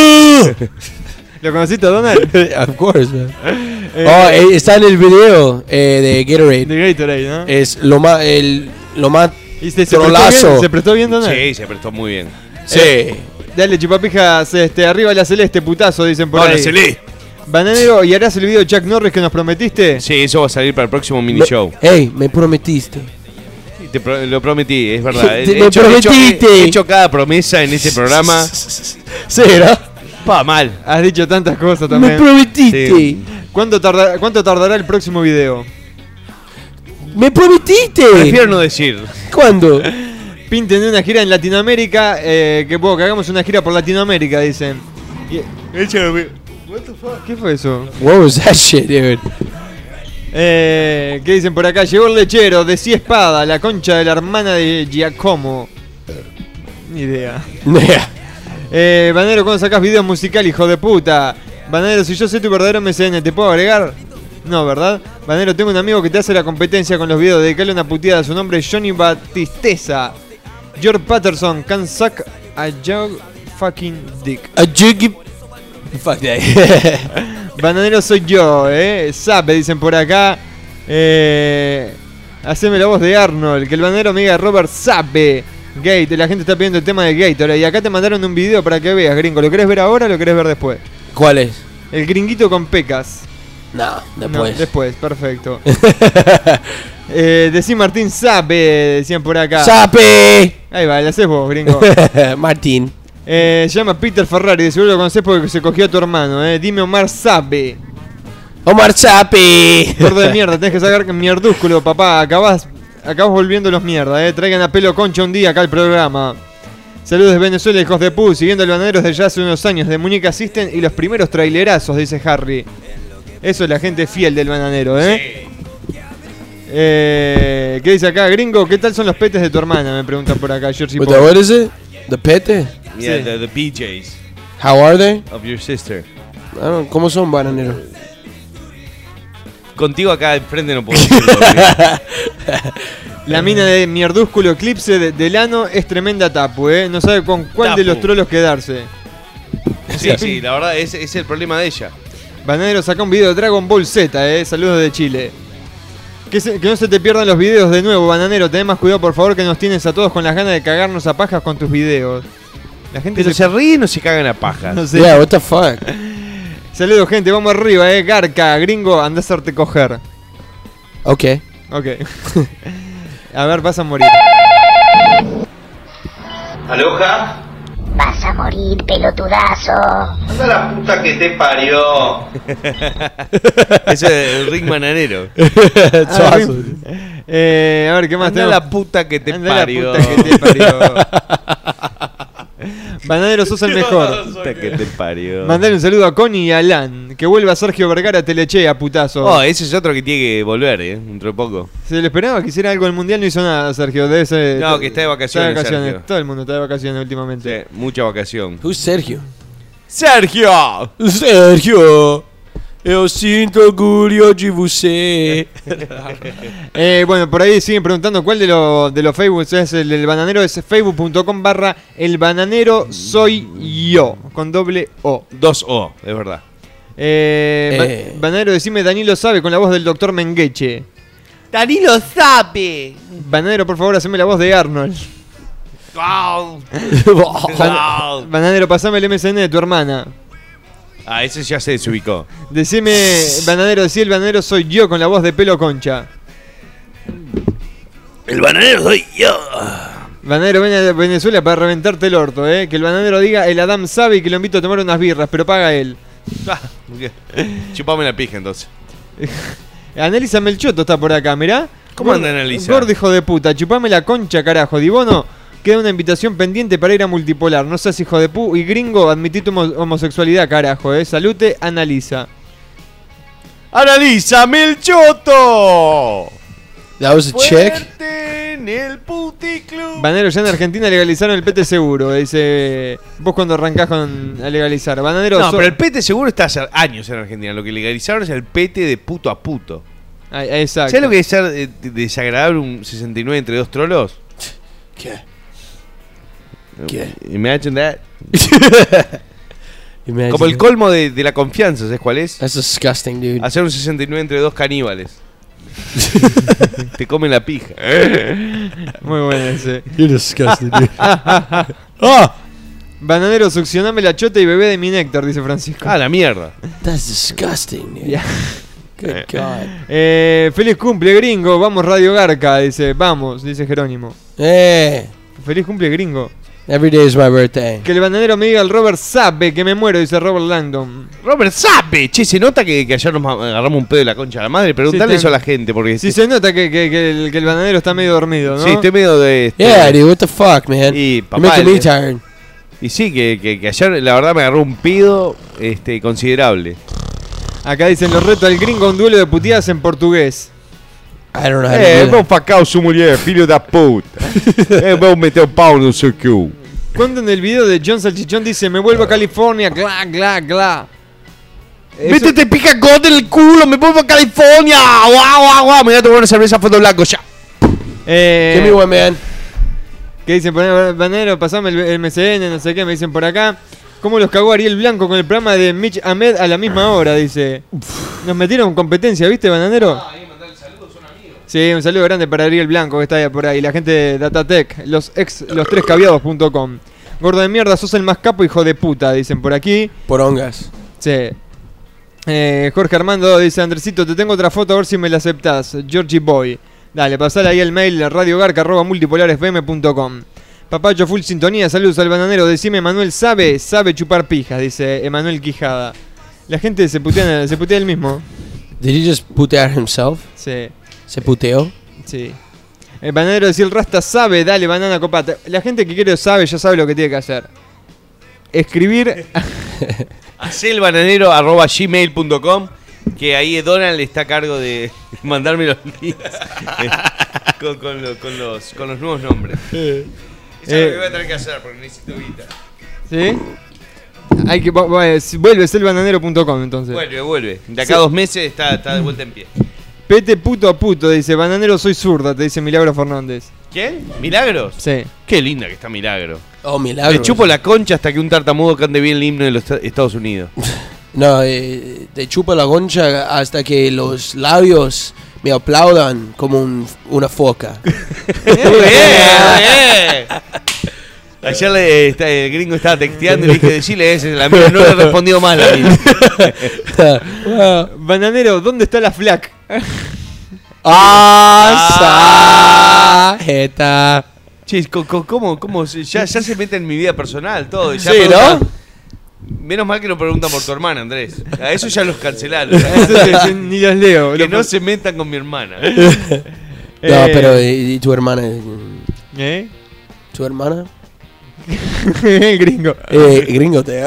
[SPEAKER 4] ¿Lo conociste a Donald?
[SPEAKER 3] of course, man.
[SPEAKER 4] Eh,
[SPEAKER 3] Oh, eh, está en el video eh, de Gatorade.
[SPEAKER 4] de Gatorade, ¿no?
[SPEAKER 3] Es lo más el lo más
[SPEAKER 4] y se, se prestó
[SPEAKER 3] Eh, trolazo.
[SPEAKER 4] bien, se prestó bien Donald.
[SPEAKER 2] Sí, se prestó muy bien.
[SPEAKER 3] sí.
[SPEAKER 4] Dale, chupapijas, este, arriba la celeste, putazo, dicen por ahí. Bananero, ¿y harás el video Chuck Norris que nos prometiste?
[SPEAKER 2] Sí, eso va a salir para el próximo mini
[SPEAKER 3] Me-
[SPEAKER 2] show.
[SPEAKER 3] Hey, me prometiste.
[SPEAKER 2] Te pro- lo prometí, es verdad.
[SPEAKER 3] Te
[SPEAKER 2] He
[SPEAKER 3] lo
[SPEAKER 2] hecho- he hecho-
[SPEAKER 3] prometiste.
[SPEAKER 2] He hecho cada promesa en este programa.
[SPEAKER 3] ¿Será?
[SPEAKER 2] Pa, mal.
[SPEAKER 4] Has dicho tantas cosas
[SPEAKER 3] Me
[SPEAKER 4] también.
[SPEAKER 3] prometiste.
[SPEAKER 2] Sí.
[SPEAKER 4] ¿Cuánto, tarda- ¿Cuánto tardará el próximo video?
[SPEAKER 3] Me prometiste.
[SPEAKER 2] Prefiero no decir.
[SPEAKER 3] ¿Cuándo?
[SPEAKER 4] Pinten una gira en Latinoamérica, eh, que, puedo que hagamos una gira por Latinoamérica, dicen. Y- ¿Qué fue eso?
[SPEAKER 3] What was that shit, dude?
[SPEAKER 4] Eh, ¿Qué dicen por acá? Llegó el lechero de Cie Espada, la concha de la hermana de Giacomo. Ni idea.
[SPEAKER 3] Yeah.
[SPEAKER 4] Eh, Banero, ¿cuándo sacas video musical, hijo de puta? Banero, si yo sé tu verdadero MCN, ¿te puedo agregar? No, ¿verdad? Banero, tengo un amigo que te hace la competencia con los videos. Dedicale una puteada. Su nombre es Johnny Batisteza. George Patterson can suck a jug fucking dick.
[SPEAKER 3] A jiggy. Fuck that.
[SPEAKER 4] Bananero soy yo, ¿eh? Sabe, dicen por acá. Eh, haceme la voz de Arnold, que el bananero amiga de Robert sabe. Gate, la gente está pidiendo el tema de Gatorade. Y acá te mandaron un video para que veas, gringo. ¿Lo querés ver ahora o lo querés ver después?
[SPEAKER 3] ¿Cuál es?
[SPEAKER 4] El gringuito con pecas.
[SPEAKER 3] No,
[SPEAKER 4] No,
[SPEAKER 3] después.
[SPEAKER 4] después, perfecto. eh, decí Martín sabe, decían por acá.
[SPEAKER 3] ¡Sape!
[SPEAKER 4] Ahí va, la haces vos, gringo.
[SPEAKER 3] Martín.
[SPEAKER 4] eh, llama Peter Ferrari, de seguro lo conocés porque se cogió a tu hermano, ¿eh? Dime Omar sabe.
[SPEAKER 3] Omar Sape.
[SPEAKER 4] Gordo de mierda, tenés que sacar mierdúsculo, papá. Acabás, acabás volviendo los mierda, eh. Traigan a pelo concha un día acá al programa. Saludos de Venezuela, hijos de pu, siguiendo al bananero desde ya hace unos años. De Muñeca System y los primeros trailerazos, dice Harry. Eso es la gente fiel del bananero, eh. Eh, ¿Qué dice acá, gringo? ¿Qué tal son los petes de tu hermana? Me preguntan por acá, Georgie
[SPEAKER 3] What,
[SPEAKER 4] Paul.
[SPEAKER 3] the, what is it? The pete?
[SPEAKER 2] Yeah,
[SPEAKER 4] Sí.
[SPEAKER 2] the, the PJs
[SPEAKER 3] How are they?
[SPEAKER 2] of your sister.
[SPEAKER 3] I don't- ¿Cómo son bananero?
[SPEAKER 2] Contigo acá enfrente no puedo decirlo.
[SPEAKER 4] La mina de mierdúsculo eclipse de, Delano es tremenda tapu, eh. No sabe con cuál de
[SPEAKER 2] Tapu.
[SPEAKER 4] los trolos quedarse.
[SPEAKER 2] sí, sí, la verdad ese es el problema de ella.
[SPEAKER 4] Bananero saca un video de Dragon Ball Z, eh. Saludos de Chile. Que, se- que no se te pierdan los videos de nuevo, Bananero. Ten más cuidado, por favor, que nos tienes a todos con las ganas de cagarnos a pajas con tus videos. La gente
[SPEAKER 2] Pero
[SPEAKER 4] se...
[SPEAKER 2] se ríen o se cagan a pajas.
[SPEAKER 4] no sé.
[SPEAKER 3] Yeah, what the fuck?
[SPEAKER 4] Saludos, gente. Vamos arriba, eh. Garca, gringo, andá a hacerte coger.
[SPEAKER 3] Okay.
[SPEAKER 4] Ok. a ver, vas a morir.
[SPEAKER 1] Aloja.
[SPEAKER 9] Vas a morir, pelotudazo.
[SPEAKER 1] Anda la puta que te parió.
[SPEAKER 2] Ese es el ring mananero.
[SPEAKER 3] That's awesome.
[SPEAKER 4] Eh, a ver, ¿qué más
[SPEAKER 2] Anda
[SPEAKER 4] tenemos?
[SPEAKER 2] la puta que te
[SPEAKER 4] Andá la
[SPEAKER 2] parió.
[SPEAKER 4] puta que te parió. Bananero, sos el mejor.
[SPEAKER 2] Puta que te parió.
[SPEAKER 4] Mandale un saludo a Connie y a Alan. Que vuelva Sergio Vergara a Telechea, putazo.
[SPEAKER 2] Oh, ese es otro que tiene que volver, eh, dentro de poco.
[SPEAKER 4] Se le esperaba que hiciera algo el mundial, no hizo nada, Sergio. Debe ser-
[SPEAKER 2] No, que está de vacaciones,
[SPEAKER 4] Está de vacaciones.
[SPEAKER 2] Sergio.
[SPEAKER 4] Todo el mundo está de vacaciones últimamente.
[SPEAKER 2] Sí, mucha vacación.
[SPEAKER 3] Who's Sergio?
[SPEAKER 2] Sergio.
[SPEAKER 3] Sergio. Eu sinto orgulho de você.
[SPEAKER 4] Eh, bueno, por ahí siguen preguntando cuál de, los de los Facebook es el del bananero. Es facebook.com barra el bananero soy yo. Con doble O.
[SPEAKER 2] Dos O, es verdad.
[SPEAKER 4] Eh, ba-
[SPEAKER 3] Eh.
[SPEAKER 4] Bananero, decime, Danilo sabe con la voz del doctor Mengeche.
[SPEAKER 5] Danilo sabe.
[SPEAKER 4] Bananero, por favor, haceme la voz de Arnold.
[SPEAKER 2] Ah,
[SPEAKER 4] Bananero, pasame el MSN de tu hermana.
[SPEAKER 2] ese ya se desubicó.
[SPEAKER 4] Decime, bananero, si el bananero soy yo con la voz de pelo concha.
[SPEAKER 11] El bananero soy yo.
[SPEAKER 4] Bananero, ven a Venezuela para reventarte el orto, ¿eh? Que el bananero diga, el Adam sabe y que lo invito a tomar unas birras, pero paga él.
[SPEAKER 2] Ah, Chupame la pija entonces.
[SPEAKER 4] Analiza Melchoto está por acá, mirá.
[SPEAKER 2] ¿Cómo
[SPEAKER 4] Gordo-
[SPEAKER 2] anda Anelisa?
[SPEAKER 4] Gordo hijo de puta, chupame la concha, carajo. Dibono, queda una invitación pendiente para ir a multipolar. No seas hijo de pu... Y gringo, admití tu homo- homosexualidad, carajo, eh. Salute, analiza.
[SPEAKER 2] ¡Analiza Melchoto!
[SPEAKER 3] That was a check.
[SPEAKER 2] En el puticlub.
[SPEAKER 4] Bananero, ya en Argentina legalizaron el PT seguro. Dice. Vos cuando arrancás con a legalizar. Bananero.
[SPEAKER 2] No,
[SPEAKER 4] so-
[SPEAKER 2] pero el pete seguro está hace años en Argentina. Lo que legalizaron es el pete de puto a puto.
[SPEAKER 4] Ah, Exacto.
[SPEAKER 2] ¿Sabes lo que es ser eh, de- desagradable un 69 entre dos trolos?
[SPEAKER 3] ¿Qué?
[SPEAKER 2] ¿Qué? Imagine that.
[SPEAKER 3] Imagine
[SPEAKER 2] Como el
[SPEAKER 3] that.
[SPEAKER 2] colmo de, de la confianza, ¿sabes cuál es?
[SPEAKER 3] That's disgusting, dude.
[SPEAKER 2] Hacer un 69 entre dos caníbales. Te comen la pija.
[SPEAKER 4] Muy bueno ese.
[SPEAKER 3] You're disgusting, dude. Ah.
[SPEAKER 4] Bananero, succioname la chota y bebé de mi néctar, dice Francisco.
[SPEAKER 2] Ah, la mierda.
[SPEAKER 3] That's disgusting, dude.
[SPEAKER 4] Yeah.
[SPEAKER 3] Good God.
[SPEAKER 4] Eh, feliz cumple, gringo. Vamos, Radio Garca. Dice, vamos, dice Jerónimo.
[SPEAKER 3] Eh,
[SPEAKER 4] Feliz cumple, gringo.
[SPEAKER 3] every day is my birthday.
[SPEAKER 4] Que el bananero me diga el Robert sabe que me muero, dice Robert Langdon.
[SPEAKER 2] Robert Sape. Che, se nota que, que ayer nos ma- agarramos un pedo de la concha de la madre. Preguntale
[SPEAKER 4] Sí,
[SPEAKER 2] eso a
[SPEAKER 4] está-
[SPEAKER 2] la gente. Porque
[SPEAKER 4] Sí, se nota que, que- que el, que el bananero está medio dormido, ¿no?
[SPEAKER 2] Sí, estoy medio de. este,
[SPEAKER 3] Yeah, dude, what the fuck, man? You
[SPEAKER 2] Y papá.
[SPEAKER 3] making me
[SPEAKER 2] el-
[SPEAKER 3] tired.
[SPEAKER 2] Y sí, que, que- que ayer la verdad me agarró un pido este, considerable.
[SPEAKER 4] Acá dicen, los reto al gringo a un duelo de puteadas en portugués.
[SPEAKER 3] I don't know how
[SPEAKER 2] Eh,
[SPEAKER 3] to do that.
[SPEAKER 2] facao su mulher, filho da puta. Eh, é, vão meter o pau no seu cu.
[SPEAKER 4] Cuando en el video de John Salchichón dice, me vuelvo a California, gla, gla, gla. Eso-
[SPEAKER 2] Métete pica God en el culo, me vuelvo a California. Guau, guau, guau. Me voy a tomar una cerveza fondo blanco ya.
[SPEAKER 4] Eh,
[SPEAKER 3] Give me one, man.
[SPEAKER 4] Que dicen, poné, banero, pasame el, el MCN, no sé qué, me dicen por acá. ¿Cómo los cagó Ariel Blanco con el programa de Mitch Ahmed a la misma hora? Dice. Nos metieron competencia, ¿viste, bananero? Sí, un saludo grande para Ariel Blanco que está ahí por ahí. La gente de Datatec, los ex, los tres caviados.com. Gordo de mierda, sos el más capo, hijo de puta, dicen por aquí.
[SPEAKER 3] Porongas.
[SPEAKER 4] Sí. Eh, Jorge Armando dice, Andresito, te tengo otra foto a ver si me la aceptás. Georgie Boy. Dale, pasale ahí el mail radiogarca.multipolarfm.com. Papacho Full Sintonía, saludos al bananero. Decime, Manuel sabe, sabe chupar pijas, dice Emanuel Quijada. La gente se putea, se putea el mismo.
[SPEAKER 3] Did he just putear himself?
[SPEAKER 4] Sí,
[SPEAKER 3] Se puteó.
[SPEAKER 4] sí. El bananero decía, el rasta sabe, dale, banana copata. La gente que quiere sabe, ya sabe lo que tiene que hacer. Escribir...
[SPEAKER 2] Hacelbananero.gmail.com Que ahí Donald está a cargo de mandarme los links eh, con, con lo- con los, con los nuevos nombres. Eso es lo que voy a tener que hacer porque necesito guita.
[SPEAKER 4] ¿Sí? Hay que, eh, vuelve selbananero.com entonces.
[SPEAKER 2] Vuelve, vuelve. De acá a
[SPEAKER 4] Sí.
[SPEAKER 2] dos meses está, está de vuelta en pie.
[SPEAKER 4] Pete puto a puto, dice, bananero soy zurda, te dice Milagro Fernández.
[SPEAKER 2] ¿Quién? ¿Milagros?
[SPEAKER 4] Sí.
[SPEAKER 2] Qué linda que está Milagro.
[SPEAKER 3] Oh, milagro.
[SPEAKER 2] Ah, Le chupo la concha hasta que un tartamudo cante bien el himno de los Est- Estados Unidos.
[SPEAKER 3] No, eh, te chupa la concha hasta que los labios me aplaudan como un- una foca.
[SPEAKER 2] ¡Eh! Ayer le- está- el gringo estaba texteando y le dije, decirle ese, la mía no le he respondido más la mía.
[SPEAKER 4] Bananero, ¿dónde está la flac?
[SPEAKER 3] ¡Ah! ¡Jeta!
[SPEAKER 2] Che, co- co- ¿cómo, cómo se- ya, ya se mete en mi vida personal todo? Ya
[SPEAKER 3] Sí,
[SPEAKER 2] pregunta-
[SPEAKER 3] ¿no?
[SPEAKER 2] Menos mal que no preguntan por tu hermana, Andrés. A eso ya los cancelaron.
[SPEAKER 4] Eso que yo ni los leo.
[SPEAKER 2] que
[SPEAKER 4] Lo-
[SPEAKER 2] no se metan con mi hermana.
[SPEAKER 3] No,
[SPEAKER 4] Eh.
[SPEAKER 3] pero ¿y, y tu hermana? mm,
[SPEAKER 4] ¿Eh?
[SPEAKER 3] ¿Tu hermana?
[SPEAKER 4] El gringo.
[SPEAKER 3] Eh, gringo, te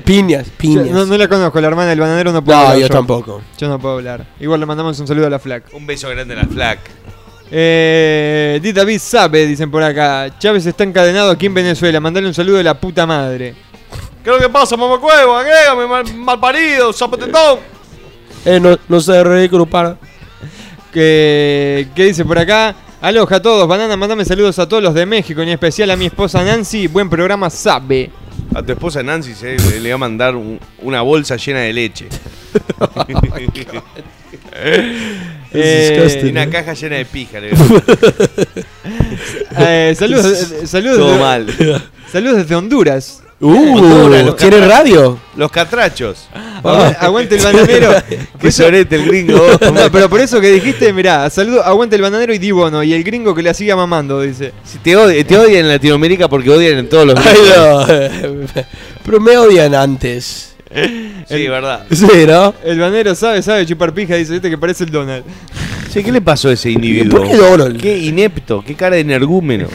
[SPEAKER 3] Piñas, piñas.
[SPEAKER 4] Yo- Ah, No, no la conozco, la hermana del bananero no puedo
[SPEAKER 3] No,
[SPEAKER 4] hablar
[SPEAKER 3] yo tampoco.
[SPEAKER 4] Yo no puedo hablar. Igual le mandamos un saludo a la flac.
[SPEAKER 2] Un beso grande a la flac.
[SPEAKER 4] Eh, Di David sabe, dicen por acá. Chávez está encadenado aquí en Venezuela. Mandale un saludo de la puta madre.
[SPEAKER 2] ¿Qué es lo que pasa, mamá cueva? Agrégame, mal, mal parido, zapatetón.
[SPEAKER 3] Eh, no, no seas ridículo, para.
[SPEAKER 4] que, que dice por acá. Aloja a todos, banana, mandame saludos a todos los de México, en especial a mi esposa Nancy. Buen programa, sabe.
[SPEAKER 2] A tu esposa Nancy se, le- le va a mandar un- una bolsa llena de leche.
[SPEAKER 4] Eh,
[SPEAKER 2] y una caja llena de pija. Le voy a-
[SPEAKER 4] eh, saludos, eh, saludos,
[SPEAKER 2] Todo
[SPEAKER 4] de-
[SPEAKER 2] mal.
[SPEAKER 4] saludos desde Honduras.
[SPEAKER 2] Motora,
[SPEAKER 3] Uh,
[SPEAKER 2] los
[SPEAKER 3] ¿tiene
[SPEAKER 2] catrachos.
[SPEAKER 3] radio?
[SPEAKER 2] Los catrachos.
[SPEAKER 4] Agua- Aguante el bananero.
[SPEAKER 2] Qué sorete el gringo.
[SPEAKER 4] No, pero por eso que dijiste, mirá, saludo, aguante el bananero y Dibono. Y el gringo que la siga mamando, dice.
[SPEAKER 2] Si te, od- te odian en Latinoamérica porque odian en todos los
[SPEAKER 3] Ay,
[SPEAKER 2] gringos.
[SPEAKER 3] no. Pero me odian antes.
[SPEAKER 2] Sí, verdad.
[SPEAKER 3] Sí, ¿no?
[SPEAKER 4] El bananero sabe, sabe chupar pija, dice, este que parece el Donald.
[SPEAKER 2] Sí, ¿qué le pasó a ese individuo?
[SPEAKER 3] ¿Por qué Donald?
[SPEAKER 2] Qué inepto, qué cara de energúmeno.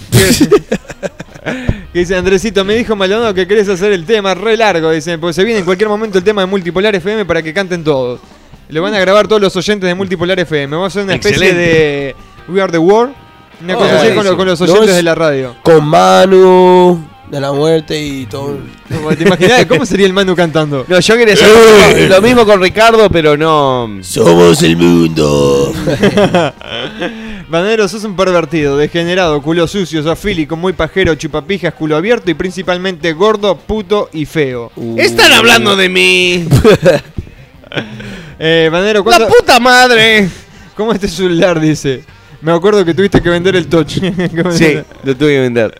[SPEAKER 4] Que dice, Andresito, me dijo Maldonado que querés hacer el tema re largo, dice, porque se viene en cualquier momento el tema de Multipolar FM para que canten todos. Lo van a grabar todos los oyentes de Multipolar FM. Vamos a hacer una especie de We Are the World. Una
[SPEAKER 2] Oh,
[SPEAKER 4] cosa así con, lo-
[SPEAKER 2] buenísimo.
[SPEAKER 4] con los
[SPEAKER 3] No
[SPEAKER 4] oyentes
[SPEAKER 3] es-
[SPEAKER 4] de la radio.
[SPEAKER 3] Con Manu, de la muerte y todo.
[SPEAKER 4] ¿Te imaginás cómo sería el Manu cantando?
[SPEAKER 2] No, yo quería hacer lo mismo con Ricardo, pero no.
[SPEAKER 3] Somos el mundo.
[SPEAKER 4] Bananero, sos un pervertido, degenerado, culo sucio, zofílico, muy pajero, chupapijas, culo abierto y principalmente gordo, puto y feo.
[SPEAKER 2] Están hablando de mí.
[SPEAKER 4] Eh, Bananero,
[SPEAKER 2] La
[SPEAKER 4] ¿cuándo-
[SPEAKER 2] puta madre.
[SPEAKER 4] ¿cómo este celular? Dice. Me acuerdo que tuviste que vender el touch. ¿Cómo
[SPEAKER 2] Sí,
[SPEAKER 4] era?
[SPEAKER 2] lo tuve que vender.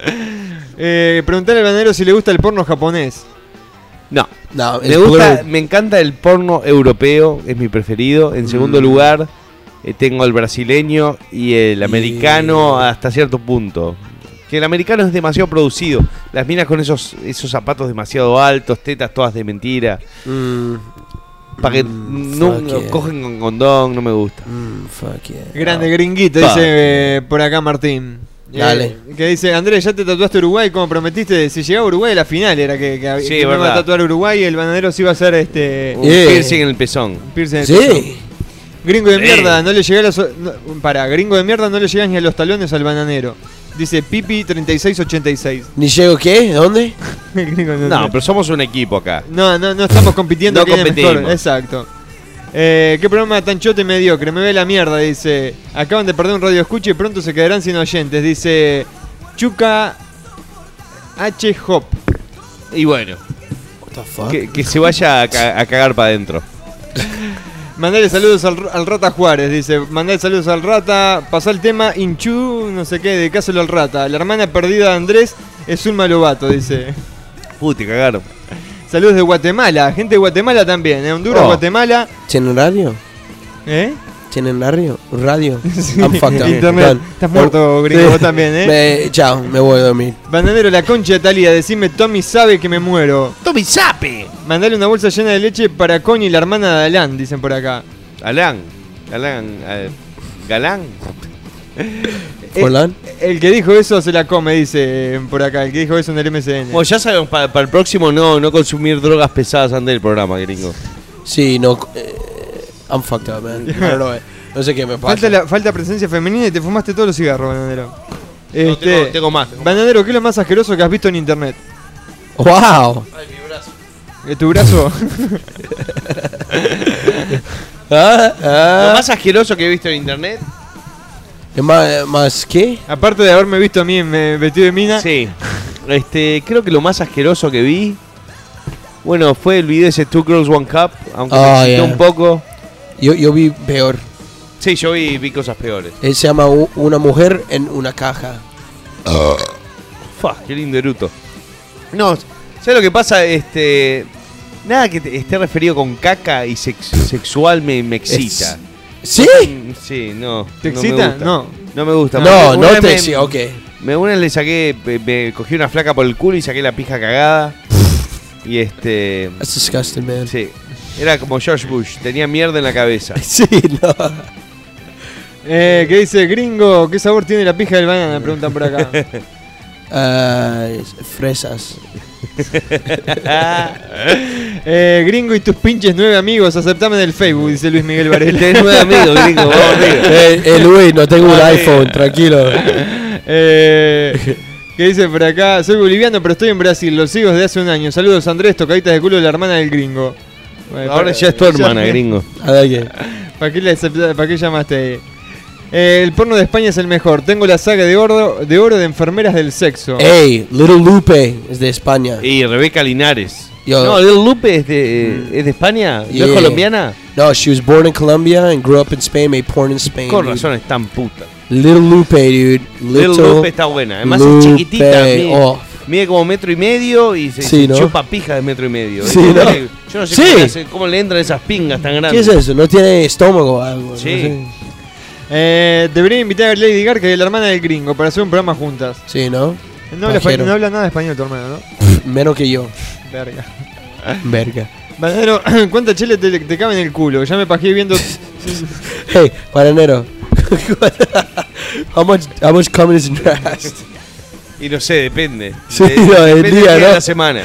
[SPEAKER 4] Eh, preguntale al bananero si le gusta el porno japonés.
[SPEAKER 2] No.
[SPEAKER 3] No,
[SPEAKER 2] Me,
[SPEAKER 3] es
[SPEAKER 2] gusta,
[SPEAKER 3] puro-
[SPEAKER 2] me encanta el porno europeo, es mi preferido. En
[SPEAKER 3] Mm.
[SPEAKER 2] segundo lugar, eh, tengo el brasileño y el americano hasta cierto punto. Que el americano es demasiado producido. Las minas con esos, esos zapatos demasiado altos, tetas todas de mentira.
[SPEAKER 3] Mm,
[SPEAKER 2] Para que
[SPEAKER 3] Mm,
[SPEAKER 2] no,
[SPEAKER 3] fuck
[SPEAKER 2] no
[SPEAKER 3] yeah.
[SPEAKER 2] cogen con condón, no me gusta.
[SPEAKER 3] mm, fuck yeah.
[SPEAKER 4] Grande gringuito,
[SPEAKER 2] Ah. Pa.
[SPEAKER 4] dice eh, por acá Martín. Eh,
[SPEAKER 3] Dale.
[SPEAKER 4] que dice, Andrés, ya te tatuaste Uruguay como prometiste. Si llegaba a Uruguay, la final era que, que,
[SPEAKER 2] Sí,
[SPEAKER 4] que iba
[SPEAKER 2] verdad.
[SPEAKER 4] a tatuar Uruguay y el bananero se iba a hacer este.
[SPEAKER 2] Un
[SPEAKER 3] Yeah.
[SPEAKER 2] piercing en el pezón.
[SPEAKER 4] piercing en el pezón.
[SPEAKER 3] Sí.
[SPEAKER 4] Gringo de mierda, no le llega a los. no- pará, gringo de mierda, no le llegas ni a los talones al bananero. Dice Pipi3686.
[SPEAKER 3] ¿Ni llego qué? ¿A ¿Dónde?
[SPEAKER 4] Gringo de
[SPEAKER 2] No,
[SPEAKER 4] mierda.
[SPEAKER 2] pero somos un equipo acá.
[SPEAKER 4] no, no, no estamos compitiendo.
[SPEAKER 2] No
[SPEAKER 4] quién es
[SPEAKER 2] competimos.
[SPEAKER 4] mejor, Exacto. Eh, Qué programa tan chote y mediocre. Me ve la mierda, dice. Acaban de perder un radio escucha y pronto se quedarán sin oyentes. Dice Chuca H. Hop.
[SPEAKER 2] Y bueno,
[SPEAKER 3] What the fuck?
[SPEAKER 2] que, que se vaya a, ca- a cagar para adentro.
[SPEAKER 4] Mandale saludos al, al Rata Juárez, dice. Mandale saludos al Rata. Pasá el tema Inchu, no sé qué, dedicáselo al Rata. La hermana perdida de Andrés es un malobato, dice.
[SPEAKER 2] Uy, te cagaron.
[SPEAKER 4] Saludos de Guatemala, gente de Guatemala también, ¿eh? Honduras,
[SPEAKER 2] Oh.
[SPEAKER 4] Guatemala.
[SPEAKER 3] ¿Tienen radio?
[SPEAKER 4] ¿Eh?
[SPEAKER 3] ¿Tienen radio? ¿Radio? I'm fucked up.
[SPEAKER 4] Internet.
[SPEAKER 3] Done.
[SPEAKER 4] Estás muerto, gringo,
[SPEAKER 3] Sí.
[SPEAKER 4] vos también, ¿eh?
[SPEAKER 3] Me- chao, me voy a dormir.
[SPEAKER 4] Bananero, la concha de Talía, decime Tommy sabe que me muero. ¡Tommy sabe! Mandale una bolsa llena de leche para Connie, la hermana de Alan, dicen por acá.
[SPEAKER 2] Alán. Alán. eh, Galán.
[SPEAKER 4] Eh,
[SPEAKER 3] Hola.
[SPEAKER 4] El que dijo eso se la come, dice eh, por acá. El que dijo eso en el MCN.
[SPEAKER 2] Bueno, ya sabemos, para, el próximo no, no consumir drogas pesadas antes del programa, gringo.
[SPEAKER 3] Sí, no. eh, I'm fucked up, man. I don't know, eh. No sé qué me pasa.
[SPEAKER 4] Falta, la, falta presencia femenina y te fumaste todos los cigarros, Bananero.
[SPEAKER 2] No,
[SPEAKER 4] Este,
[SPEAKER 2] tengo, tengo más. tengo más.
[SPEAKER 4] Bananero, ¿qué es lo más asqueroso que has visto en internet?
[SPEAKER 3] ¡Wow!
[SPEAKER 4] Eh, ¿Tu brazo?
[SPEAKER 3] Ah, ah.
[SPEAKER 2] Lo más asqueroso que he visto en internet.
[SPEAKER 3] ¿Es más, eh, más qué?
[SPEAKER 4] Aparte de haberme visto a mí en, eh, vestido de mina.
[SPEAKER 2] Sí. Este, creo que lo más asqueroso que vi. Bueno, fue el video ese Two Girls One Cup, aunque
[SPEAKER 3] Ah,
[SPEAKER 2] me excitó
[SPEAKER 3] yeah.
[SPEAKER 2] un poco.
[SPEAKER 3] Yo, yo vi peor.
[SPEAKER 2] Sí, yo vi, vi cosas peores.
[SPEAKER 3] Eh, se llama U- Una mujer en una caja.
[SPEAKER 2] Fua, qué lindo eruto. No, ¿sabes lo que pasa? Este. Nada que te- esté referido con caca y sex- sexual me, me excita.
[SPEAKER 3] ¿Sí?
[SPEAKER 2] Mm, Sí, no.
[SPEAKER 4] ¿Te
[SPEAKER 2] no me
[SPEAKER 4] excita?
[SPEAKER 2] gusta.
[SPEAKER 4] No.
[SPEAKER 2] No me
[SPEAKER 4] Ah,
[SPEAKER 2] gusta.
[SPEAKER 3] No,
[SPEAKER 2] Una
[SPEAKER 3] no
[SPEAKER 2] vez
[SPEAKER 3] te.
[SPEAKER 2] me-
[SPEAKER 3] Sí, ok.
[SPEAKER 2] Me una vez le saqué, me, me cogí una flaca por el culo y saqué la pija cagada. Y este.
[SPEAKER 3] That's disgusting, man. Sí,
[SPEAKER 2] Sí. Era como George Bush, tenía mierda en la cabeza.
[SPEAKER 3] no.
[SPEAKER 4] Eh, que dice, gringo, ¿qué sabor tiene la pija del banana? Preguntan por acá.
[SPEAKER 3] Ah, es- fresas.
[SPEAKER 4] Eh, gringo y tus pinches nueve amigos, aceptame en el Facebook, dice Luis Miguel Varela.
[SPEAKER 2] Tenés nueve amigos, gringo,
[SPEAKER 4] Oh,
[SPEAKER 2] vamos arriba.
[SPEAKER 3] eh, eh, Luis, no tengo un
[SPEAKER 2] Ah, sí.
[SPEAKER 3] iPhone, tranquilo.
[SPEAKER 4] Eh, que dice por acá, soy boliviano pero estoy en Brasil, los sigo desde hace un año. Saludos Andrés, tocaditas de culo de la hermana del gringo. Bueno,
[SPEAKER 2] Ahora
[SPEAKER 4] pa-
[SPEAKER 2] ya es tu hermana, gringo.
[SPEAKER 3] A ver qué.
[SPEAKER 4] ¿Para qué, le acepta- para qué llamaste ahí? Eh, el porno de España es el mejor. Tengo la saga de oro de, oro de enfermeras del sexo.
[SPEAKER 3] Hey, Little Lupe es de España.
[SPEAKER 2] Y Rebeca Linares.
[SPEAKER 3] Yo-
[SPEAKER 2] No, Lil Lupe es de, eh, es de España, no es
[SPEAKER 3] Yeah.
[SPEAKER 2] colombiana.
[SPEAKER 3] No, she was born in Colombia and grew up in Spain, made porn in Spain.
[SPEAKER 2] Con
[SPEAKER 3] dude.
[SPEAKER 2] razón es tan puta.
[SPEAKER 3] Little Lupe, dude.
[SPEAKER 2] Lil
[SPEAKER 3] Little
[SPEAKER 2] Lupe está buena, además es chiquitita.
[SPEAKER 3] Lupe.
[SPEAKER 2] mira.
[SPEAKER 3] Oh,
[SPEAKER 2] mide como metro y medio y se,
[SPEAKER 3] Sí,
[SPEAKER 2] se
[SPEAKER 3] ¿no?
[SPEAKER 2] chupa pija de metro y medio.
[SPEAKER 3] Sí,
[SPEAKER 2] Yo
[SPEAKER 3] ¿no?
[SPEAKER 2] le- Yo no sé
[SPEAKER 3] Sí.
[SPEAKER 2] cómo, le hace- cómo le entran esas pingas tan
[SPEAKER 3] ¿Qué
[SPEAKER 2] grandes.
[SPEAKER 3] es eso? ¿No tiene estómago o algo?
[SPEAKER 2] Sí.
[SPEAKER 4] Eh, debería invitar a Lady Gaga, que es la hermana del gringo, para hacer un programa juntas.
[SPEAKER 3] Sí, ¿no?
[SPEAKER 4] No habla,
[SPEAKER 3] Pajero.
[SPEAKER 4] espa- no habla nada de español tu hermano, ¿no?
[SPEAKER 3] Pff, Menos que yo.
[SPEAKER 4] Verga.
[SPEAKER 3] Verga.
[SPEAKER 4] Bananero, ¿cuántas chelas te, te caben en el culo? Ya me pajé viendo.
[SPEAKER 3] Hey, bananero. how much how much cum is in your ass?
[SPEAKER 2] Y no sé, depende.
[SPEAKER 3] Sí,
[SPEAKER 2] De-
[SPEAKER 3] no, del
[SPEAKER 2] depende del
[SPEAKER 3] día,
[SPEAKER 2] día de
[SPEAKER 3] ¿no?
[SPEAKER 2] la semana.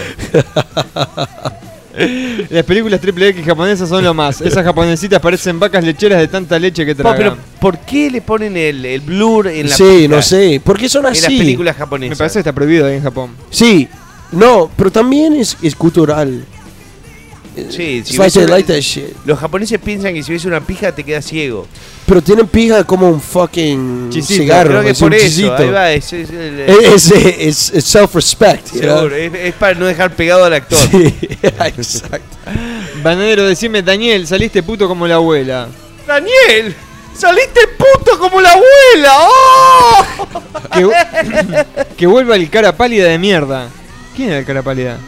[SPEAKER 4] Las películas triple X japonesas son lo más. Esas japonesitas parecen vacas lecheras de tanta leche que
[SPEAKER 2] Pa,
[SPEAKER 4] tragan.
[SPEAKER 2] pero ¿por qué le ponen el, el blur en la
[SPEAKER 3] Sí,
[SPEAKER 2] pija?
[SPEAKER 3] no sé. Ah, ¿Por qué son
[SPEAKER 2] En las
[SPEAKER 3] así?
[SPEAKER 2] películas
[SPEAKER 4] me
[SPEAKER 2] japonesas.
[SPEAKER 4] parece que está prohibido ahí en Japón.
[SPEAKER 3] Sí. No, pero también es, es cultural.
[SPEAKER 2] Sí, si
[SPEAKER 3] It's like
[SPEAKER 2] ves
[SPEAKER 3] they
[SPEAKER 2] una-
[SPEAKER 3] like that shit.
[SPEAKER 2] Los japoneses piensan que si ves una pija te quedas ciego.
[SPEAKER 3] Pero tienen pija como un fucking
[SPEAKER 4] Chisito,
[SPEAKER 3] cigarro.
[SPEAKER 2] Creo que
[SPEAKER 3] es
[SPEAKER 2] por
[SPEAKER 3] un
[SPEAKER 2] eso,
[SPEAKER 3] chisito.
[SPEAKER 2] ahí va, es, es el-
[SPEAKER 3] Es, es- es- es self-respect. you know?
[SPEAKER 2] seguro, es- es para no dejar pegado al actor.
[SPEAKER 3] Sí, exacto.
[SPEAKER 4] Bananero, decime, Daniel, saliste puto como la abuela.
[SPEAKER 2] ¡Daniel! ¡Saliste puto como la abuela! ¡Oh!
[SPEAKER 4] Que, vu- que vuelva el cara pálida de mierda. ¿Quién era el cara pálida?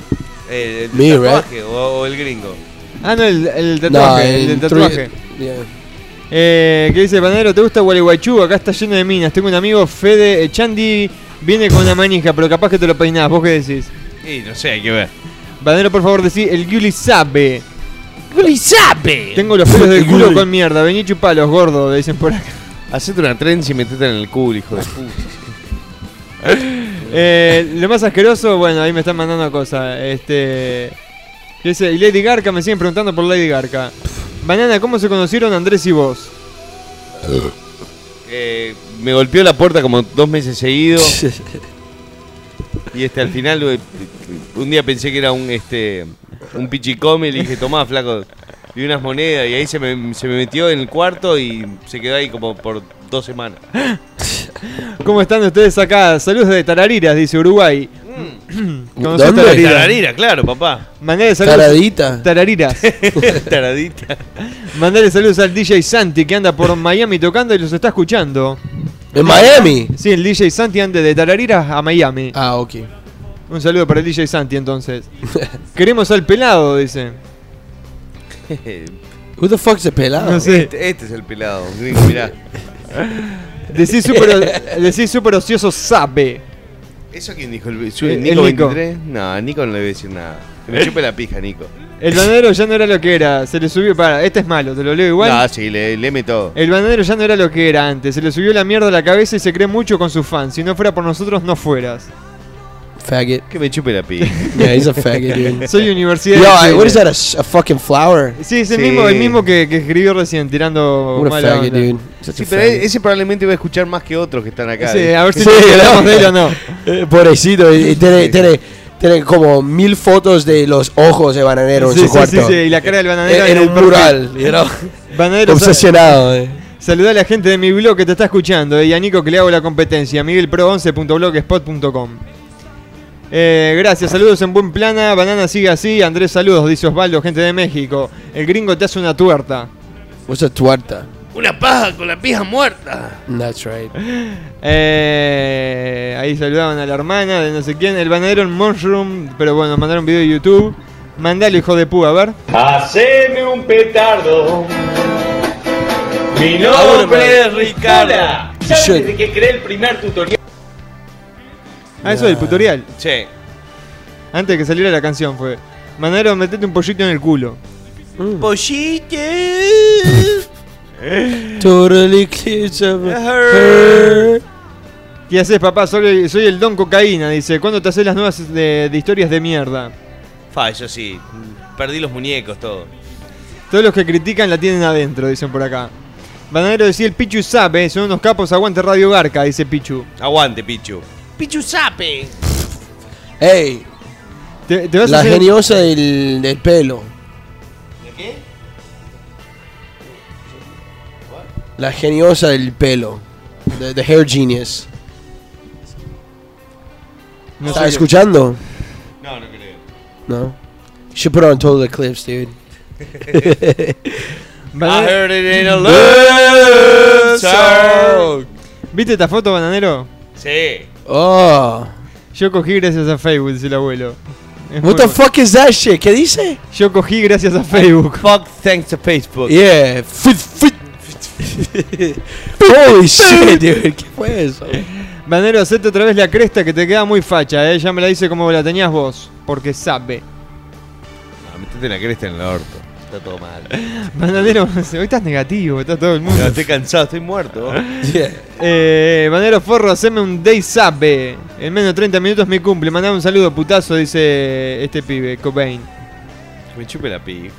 [SPEAKER 2] El,
[SPEAKER 3] Me,
[SPEAKER 2] el tatuaje o, o el gringo.
[SPEAKER 4] Ah, no, el, el tatuaje.
[SPEAKER 3] No,
[SPEAKER 4] el, del
[SPEAKER 3] en
[SPEAKER 4] tatuaje.
[SPEAKER 3] three- yeah.
[SPEAKER 4] Eh, ¿Qué dice Panadero? ¿Te gusta Gualeguaychú? Acá está lleno de minas. Tengo un amigo, Fede eh, Chandi, viene con una manija, pero capaz que te lo peinás. ¿Vos qué decís?
[SPEAKER 2] Y no sé, hay que ver.
[SPEAKER 4] Panadero, por favor, decí, el Guli sabe.
[SPEAKER 5] ¡Guli sabe!
[SPEAKER 4] Tengo los pelos del
[SPEAKER 3] El
[SPEAKER 4] culo
[SPEAKER 3] Guli.
[SPEAKER 4] con mierda. Vení chupalos, gordo, le dicen por acá.
[SPEAKER 2] Hacete una trenza y metete en el culo, hijo de puta.
[SPEAKER 4] Eh, lo más asqueroso, bueno, ahí me están mandando cosas. Este. ¿Qué dice? Y Lady Garca, me siguen preguntando por Lady Garca. Banana, ¿cómo se conocieron Andrés y vos?
[SPEAKER 2] Eh, me golpeó la puerta como dos meses seguidos. Y este, al final, eh, un día pensé que era un este un pichicome y le dije, tomá, flaco, y unas monedas. Y ahí se me, se me metió en el cuarto y se quedó ahí como por dos semanas.
[SPEAKER 4] ¿Cómo están ustedes acá? Saludos de Tarariras, dice Uruguay. ¿Conocés
[SPEAKER 3] ¿Dónde?
[SPEAKER 4] Tarariras?
[SPEAKER 2] Tararira, claro, papá.
[SPEAKER 4] Mandale saludos.
[SPEAKER 3] Taradita.
[SPEAKER 4] Tarariras.
[SPEAKER 2] Taradita.
[SPEAKER 4] Mandale saludos al DJ Santi que anda por Miami tocando y los está escuchando.
[SPEAKER 3] En Miami.
[SPEAKER 4] Sí, el DJ Santi anda de Tarariras a Miami.
[SPEAKER 3] Ah, ok.
[SPEAKER 4] Un saludo para el DJ Santi entonces. Queremos al pelado, dice.
[SPEAKER 3] Who the fuck's a pelado?
[SPEAKER 4] No sé.
[SPEAKER 2] Este, este es el pelado, gringo, mirá.
[SPEAKER 4] Decís super, decís super ocioso sabe.
[SPEAKER 2] ¿Eso quién dijo? ¿El,
[SPEAKER 4] El-
[SPEAKER 2] Nico
[SPEAKER 4] el Eh, Nico. ¿Eh?
[SPEAKER 2] 23? No, Nico no le voy a decir nada. Que me chupe la pija, Nico.
[SPEAKER 4] El bananero ya no era lo que era. Se le subió. Para, este es malo, te lo leo igual.
[SPEAKER 2] No, sí, le, leme todo.
[SPEAKER 4] El bananero ya no era lo que era antes. Se le subió la mierda a la cabeza y se cree mucho con sus fans. Si no fuera por nosotros, no fueras.
[SPEAKER 3] Faggot.
[SPEAKER 2] Que me chupe la pija.
[SPEAKER 3] Yeah, he's a faggot, dude.
[SPEAKER 4] Soy universidad.
[SPEAKER 3] Yo,
[SPEAKER 4] de
[SPEAKER 3] I-
[SPEAKER 4] Chile.
[SPEAKER 3] what is that? A, s- a fucking flower?
[SPEAKER 4] Sí, es el
[SPEAKER 2] Sí.
[SPEAKER 4] mismo, el mismo que, que escribió recién
[SPEAKER 3] What
[SPEAKER 4] tirando
[SPEAKER 3] a
[SPEAKER 4] Oh, mala
[SPEAKER 3] faggot,
[SPEAKER 4] onda.
[SPEAKER 3] dude. Such a
[SPEAKER 2] Sí, pero
[SPEAKER 3] faggot.
[SPEAKER 2] ese probablemente va a escuchar más que otros que están acá.
[SPEAKER 4] Sí,
[SPEAKER 2] ¿eh?
[SPEAKER 4] a ver si
[SPEAKER 3] Sí,
[SPEAKER 4] nos acordamos
[SPEAKER 3] ¿no?
[SPEAKER 4] de él o no.
[SPEAKER 3] Eh, pobrecito, y- y tiene, tiene, tiene como mil fotos de los ojos de bananero
[SPEAKER 4] Sí,
[SPEAKER 3] en su
[SPEAKER 4] sí,
[SPEAKER 3] cuarto.
[SPEAKER 4] sí, sí, y la cara del bananero
[SPEAKER 3] en, en
[SPEAKER 4] el
[SPEAKER 3] un
[SPEAKER 4] perfil.
[SPEAKER 3] mural, you know?
[SPEAKER 4] Bananero, sal-
[SPEAKER 3] Obsesionado, eh.
[SPEAKER 4] saludá a la gente de mi blog que te está escuchando eh, y a Nico que le hago la competencia. miguelpro11.blogspot.com eh, gracias, saludos en buen plana. Banana sigue así. Andrés, saludos, dice Osvaldo, gente de México. El gringo te hace una tuerta.
[SPEAKER 3] What's a tuerta?
[SPEAKER 5] Una paja con la pija muerta.
[SPEAKER 3] That's right.
[SPEAKER 4] Eh, ahí saludaban a la hermana de no sé quién. El bananero en Mushroom, pero bueno, mandaron video de YouTube. Mandalo, hijo de púa, a ver.
[SPEAKER 10] Haceme un petardo.
[SPEAKER 2] Ah,
[SPEAKER 10] Mi nombre es Ricardo. ¿Sabes
[SPEAKER 3] Shit.
[SPEAKER 10] desde que creé el primer tutorial?
[SPEAKER 4] Ah, eso es el tutorial.
[SPEAKER 2] Che,
[SPEAKER 4] Antes de que saliera la canción fue. Manero, metete un pollito en el culo.
[SPEAKER 5] Pollito.
[SPEAKER 3] Totally eclipse of her.
[SPEAKER 4] ¿Qué haces, papá? Soy, soy el don cocaína, dice. ¿Cuándo te haces las nuevas eh, de, de historias de mierda?
[SPEAKER 2] fa, yo sí. Perdí los muñecos, todo.
[SPEAKER 4] Todos los que critican la tienen adentro, dicen por acá. Bananero decía el Pichu sabe, eh, son unos capos, aguante Radio Garca, dice Pichu.
[SPEAKER 2] Aguante, Pichu.
[SPEAKER 5] Pichu sabe.
[SPEAKER 3] Hey,
[SPEAKER 4] Te, te vas a
[SPEAKER 3] la
[SPEAKER 4] hacer-
[SPEAKER 3] geniosa del, del pelo.
[SPEAKER 2] ¿De qué?
[SPEAKER 3] La geniosa del pelo. The, the hair genius.
[SPEAKER 4] No
[SPEAKER 3] ¿Estás
[SPEAKER 4] sé qué-
[SPEAKER 3] escuchando?
[SPEAKER 2] No, no creo.
[SPEAKER 3] No. You should put on total eclipse, dude.
[SPEAKER 2] I
[SPEAKER 4] Bananero-
[SPEAKER 2] heard it in a love song.
[SPEAKER 4] ¿Viste esta foto, Bananero?
[SPEAKER 2] Sí.
[SPEAKER 3] Oh.
[SPEAKER 4] Yo cogí gracias a Facebook, dice el abuelo. Es
[SPEAKER 3] What
[SPEAKER 4] muy
[SPEAKER 3] the
[SPEAKER 4] bueno.
[SPEAKER 3] fuck is that shit? ¿Qué dice?
[SPEAKER 4] Yo cogí gracias a Facebook.
[SPEAKER 2] Fuck thanks to Facebook.
[SPEAKER 3] Yeah. Fit, fit. Holy shit, dude. ¿Qué fue eso?
[SPEAKER 4] Banero, hacete otra vez la cresta que te queda muy facha, eh. Ya me la hice como la tenías vos. Porque sabe.
[SPEAKER 2] Ah, metete la cresta en el orto. Está todo mal.
[SPEAKER 4] Bananero, hoy estás negativo, está todo el mundo.
[SPEAKER 2] Ya, estoy cansado, estoy muerto.
[SPEAKER 3] Yeah.
[SPEAKER 4] Eh, Banero Forro, haceme un day sub. eh. En menos de 30 minutos mi cumple. Mandame un saludo, putazo, dice este pibe, Cobain.
[SPEAKER 2] Me chupe la pija.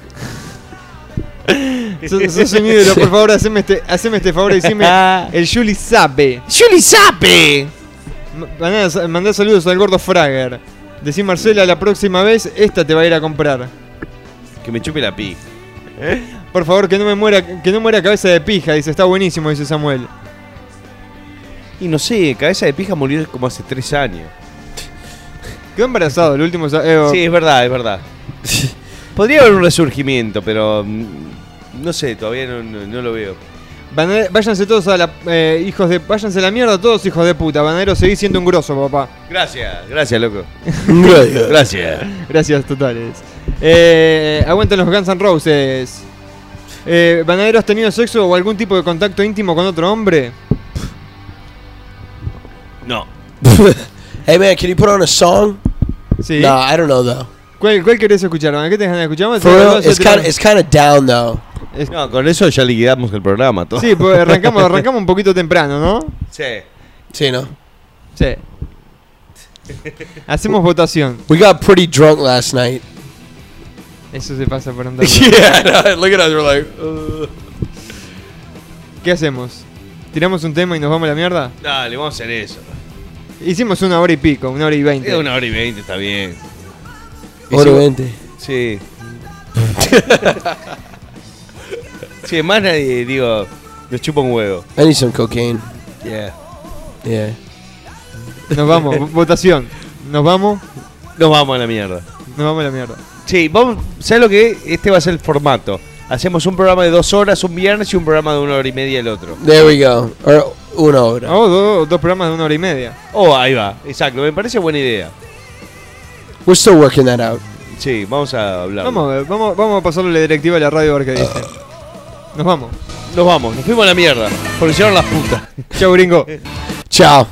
[SPEAKER 4] Sos, sos un ídolo, por favor, haceme este, haceme este favor y decime el Juli sabe.
[SPEAKER 5] ¡Julie Sape!
[SPEAKER 4] M- Mandá, sa- mandá saludos al gordo Frager. Decí Marcela, la próxima vez esta te va a ir a comprar.
[SPEAKER 2] Que me chupe la pija.
[SPEAKER 4] Por favor, que no me muera, que no muera cabeza de pija, dice, está buenísimo, dice Samuel.
[SPEAKER 2] Y no sé, cabeza de pija murió como hace tres años.
[SPEAKER 4] Quedó embarazado el último sa- eh,
[SPEAKER 2] Sí, es verdad, es verdad. Podría haber un resurgimiento, pero mm, no sé, todavía no, no- no lo veo.
[SPEAKER 4] Banane- váyanse todos a la eh, hijos de. Váyanse a la mierda todos hijos de puta. Bananero, seguís siendo un grosso, papá.
[SPEAKER 2] Gracias, gracias, loco.
[SPEAKER 3] Gracias.
[SPEAKER 2] Gracias.
[SPEAKER 4] Gracias totales. Eh, aguantan los Guns N' Roses. Eh, Bananero, ¿has tenido sexo o algún tipo de contacto íntimo con otro hombre?
[SPEAKER 2] No.
[SPEAKER 3] hey man, can you put on a song?
[SPEAKER 4] Sí.
[SPEAKER 3] No, I don't know though.
[SPEAKER 4] ¿Cuál, cuál querés escuchar? Bananero? ¿Qué te ganas de escuchar? Vamos a
[SPEAKER 3] For
[SPEAKER 4] hacer
[SPEAKER 3] real,
[SPEAKER 4] dos, yo
[SPEAKER 3] it's
[SPEAKER 4] te
[SPEAKER 3] kind
[SPEAKER 4] lo-
[SPEAKER 3] it's kind of down though.
[SPEAKER 4] es-
[SPEAKER 2] No, con eso ya liquidamos el programa. Todo.
[SPEAKER 4] Sí, pues arrancamos, arrancamos un poquito temprano, ¿no?
[SPEAKER 2] Sí.
[SPEAKER 3] Sí, no.
[SPEAKER 4] Sí. Hacemos votación.
[SPEAKER 3] We got pretty drunk last night.
[SPEAKER 4] Eso se pasa por andar.
[SPEAKER 3] yeah, no, look at us. We're like, uh.
[SPEAKER 4] ¿Qué hacemos? ¿Tiramos un tema y nos vamos a la mierda?
[SPEAKER 2] Dale, vamos a hacer eso.
[SPEAKER 4] Hicimos una hora y pico, una hora y
[SPEAKER 2] Es
[SPEAKER 4] veinte.
[SPEAKER 2] una hora y veinte, está bien.
[SPEAKER 3] Obviamente.
[SPEAKER 2] Sí. sí, más nadie, digo, nos chupa un huevo.
[SPEAKER 3] I need some cocaine.
[SPEAKER 2] Yeah.
[SPEAKER 3] Yeah.
[SPEAKER 4] Nos vamos, vo- votación. Nos vamos,
[SPEAKER 2] Nos vamos a la mierda.
[SPEAKER 4] nos vamos a la mierda.
[SPEAKER 2] Sí, vamos, ¿sabes lo que? es? Este va a ser el formato. Hacemos un programa de dos horas un viernes y un programa de una hora y media el otro.
[SPEAKER 3] There we go. Or una hora.
[SPEAKER 4] Oh, do- dos programas de una hora y media.
[SPEAKER 2] Oh, ahí va, exacto, me parece buena idea.
[SPEAKER 3] We're still working that out.
[SPEAKER 2] Sí, vamos a hablar.
[SPEAKER 4] Vamos, a ver, vamos, vamos a pasarle la directiva a la radio a ver qué dice. Nos vamos.
[SPEAKER 2] Nos vamos, nos fuimos a la mierda. Porque llevaron las putas.
[SPEAKER 4] Chau, gringo.
[SPEAKER 3] Ciao.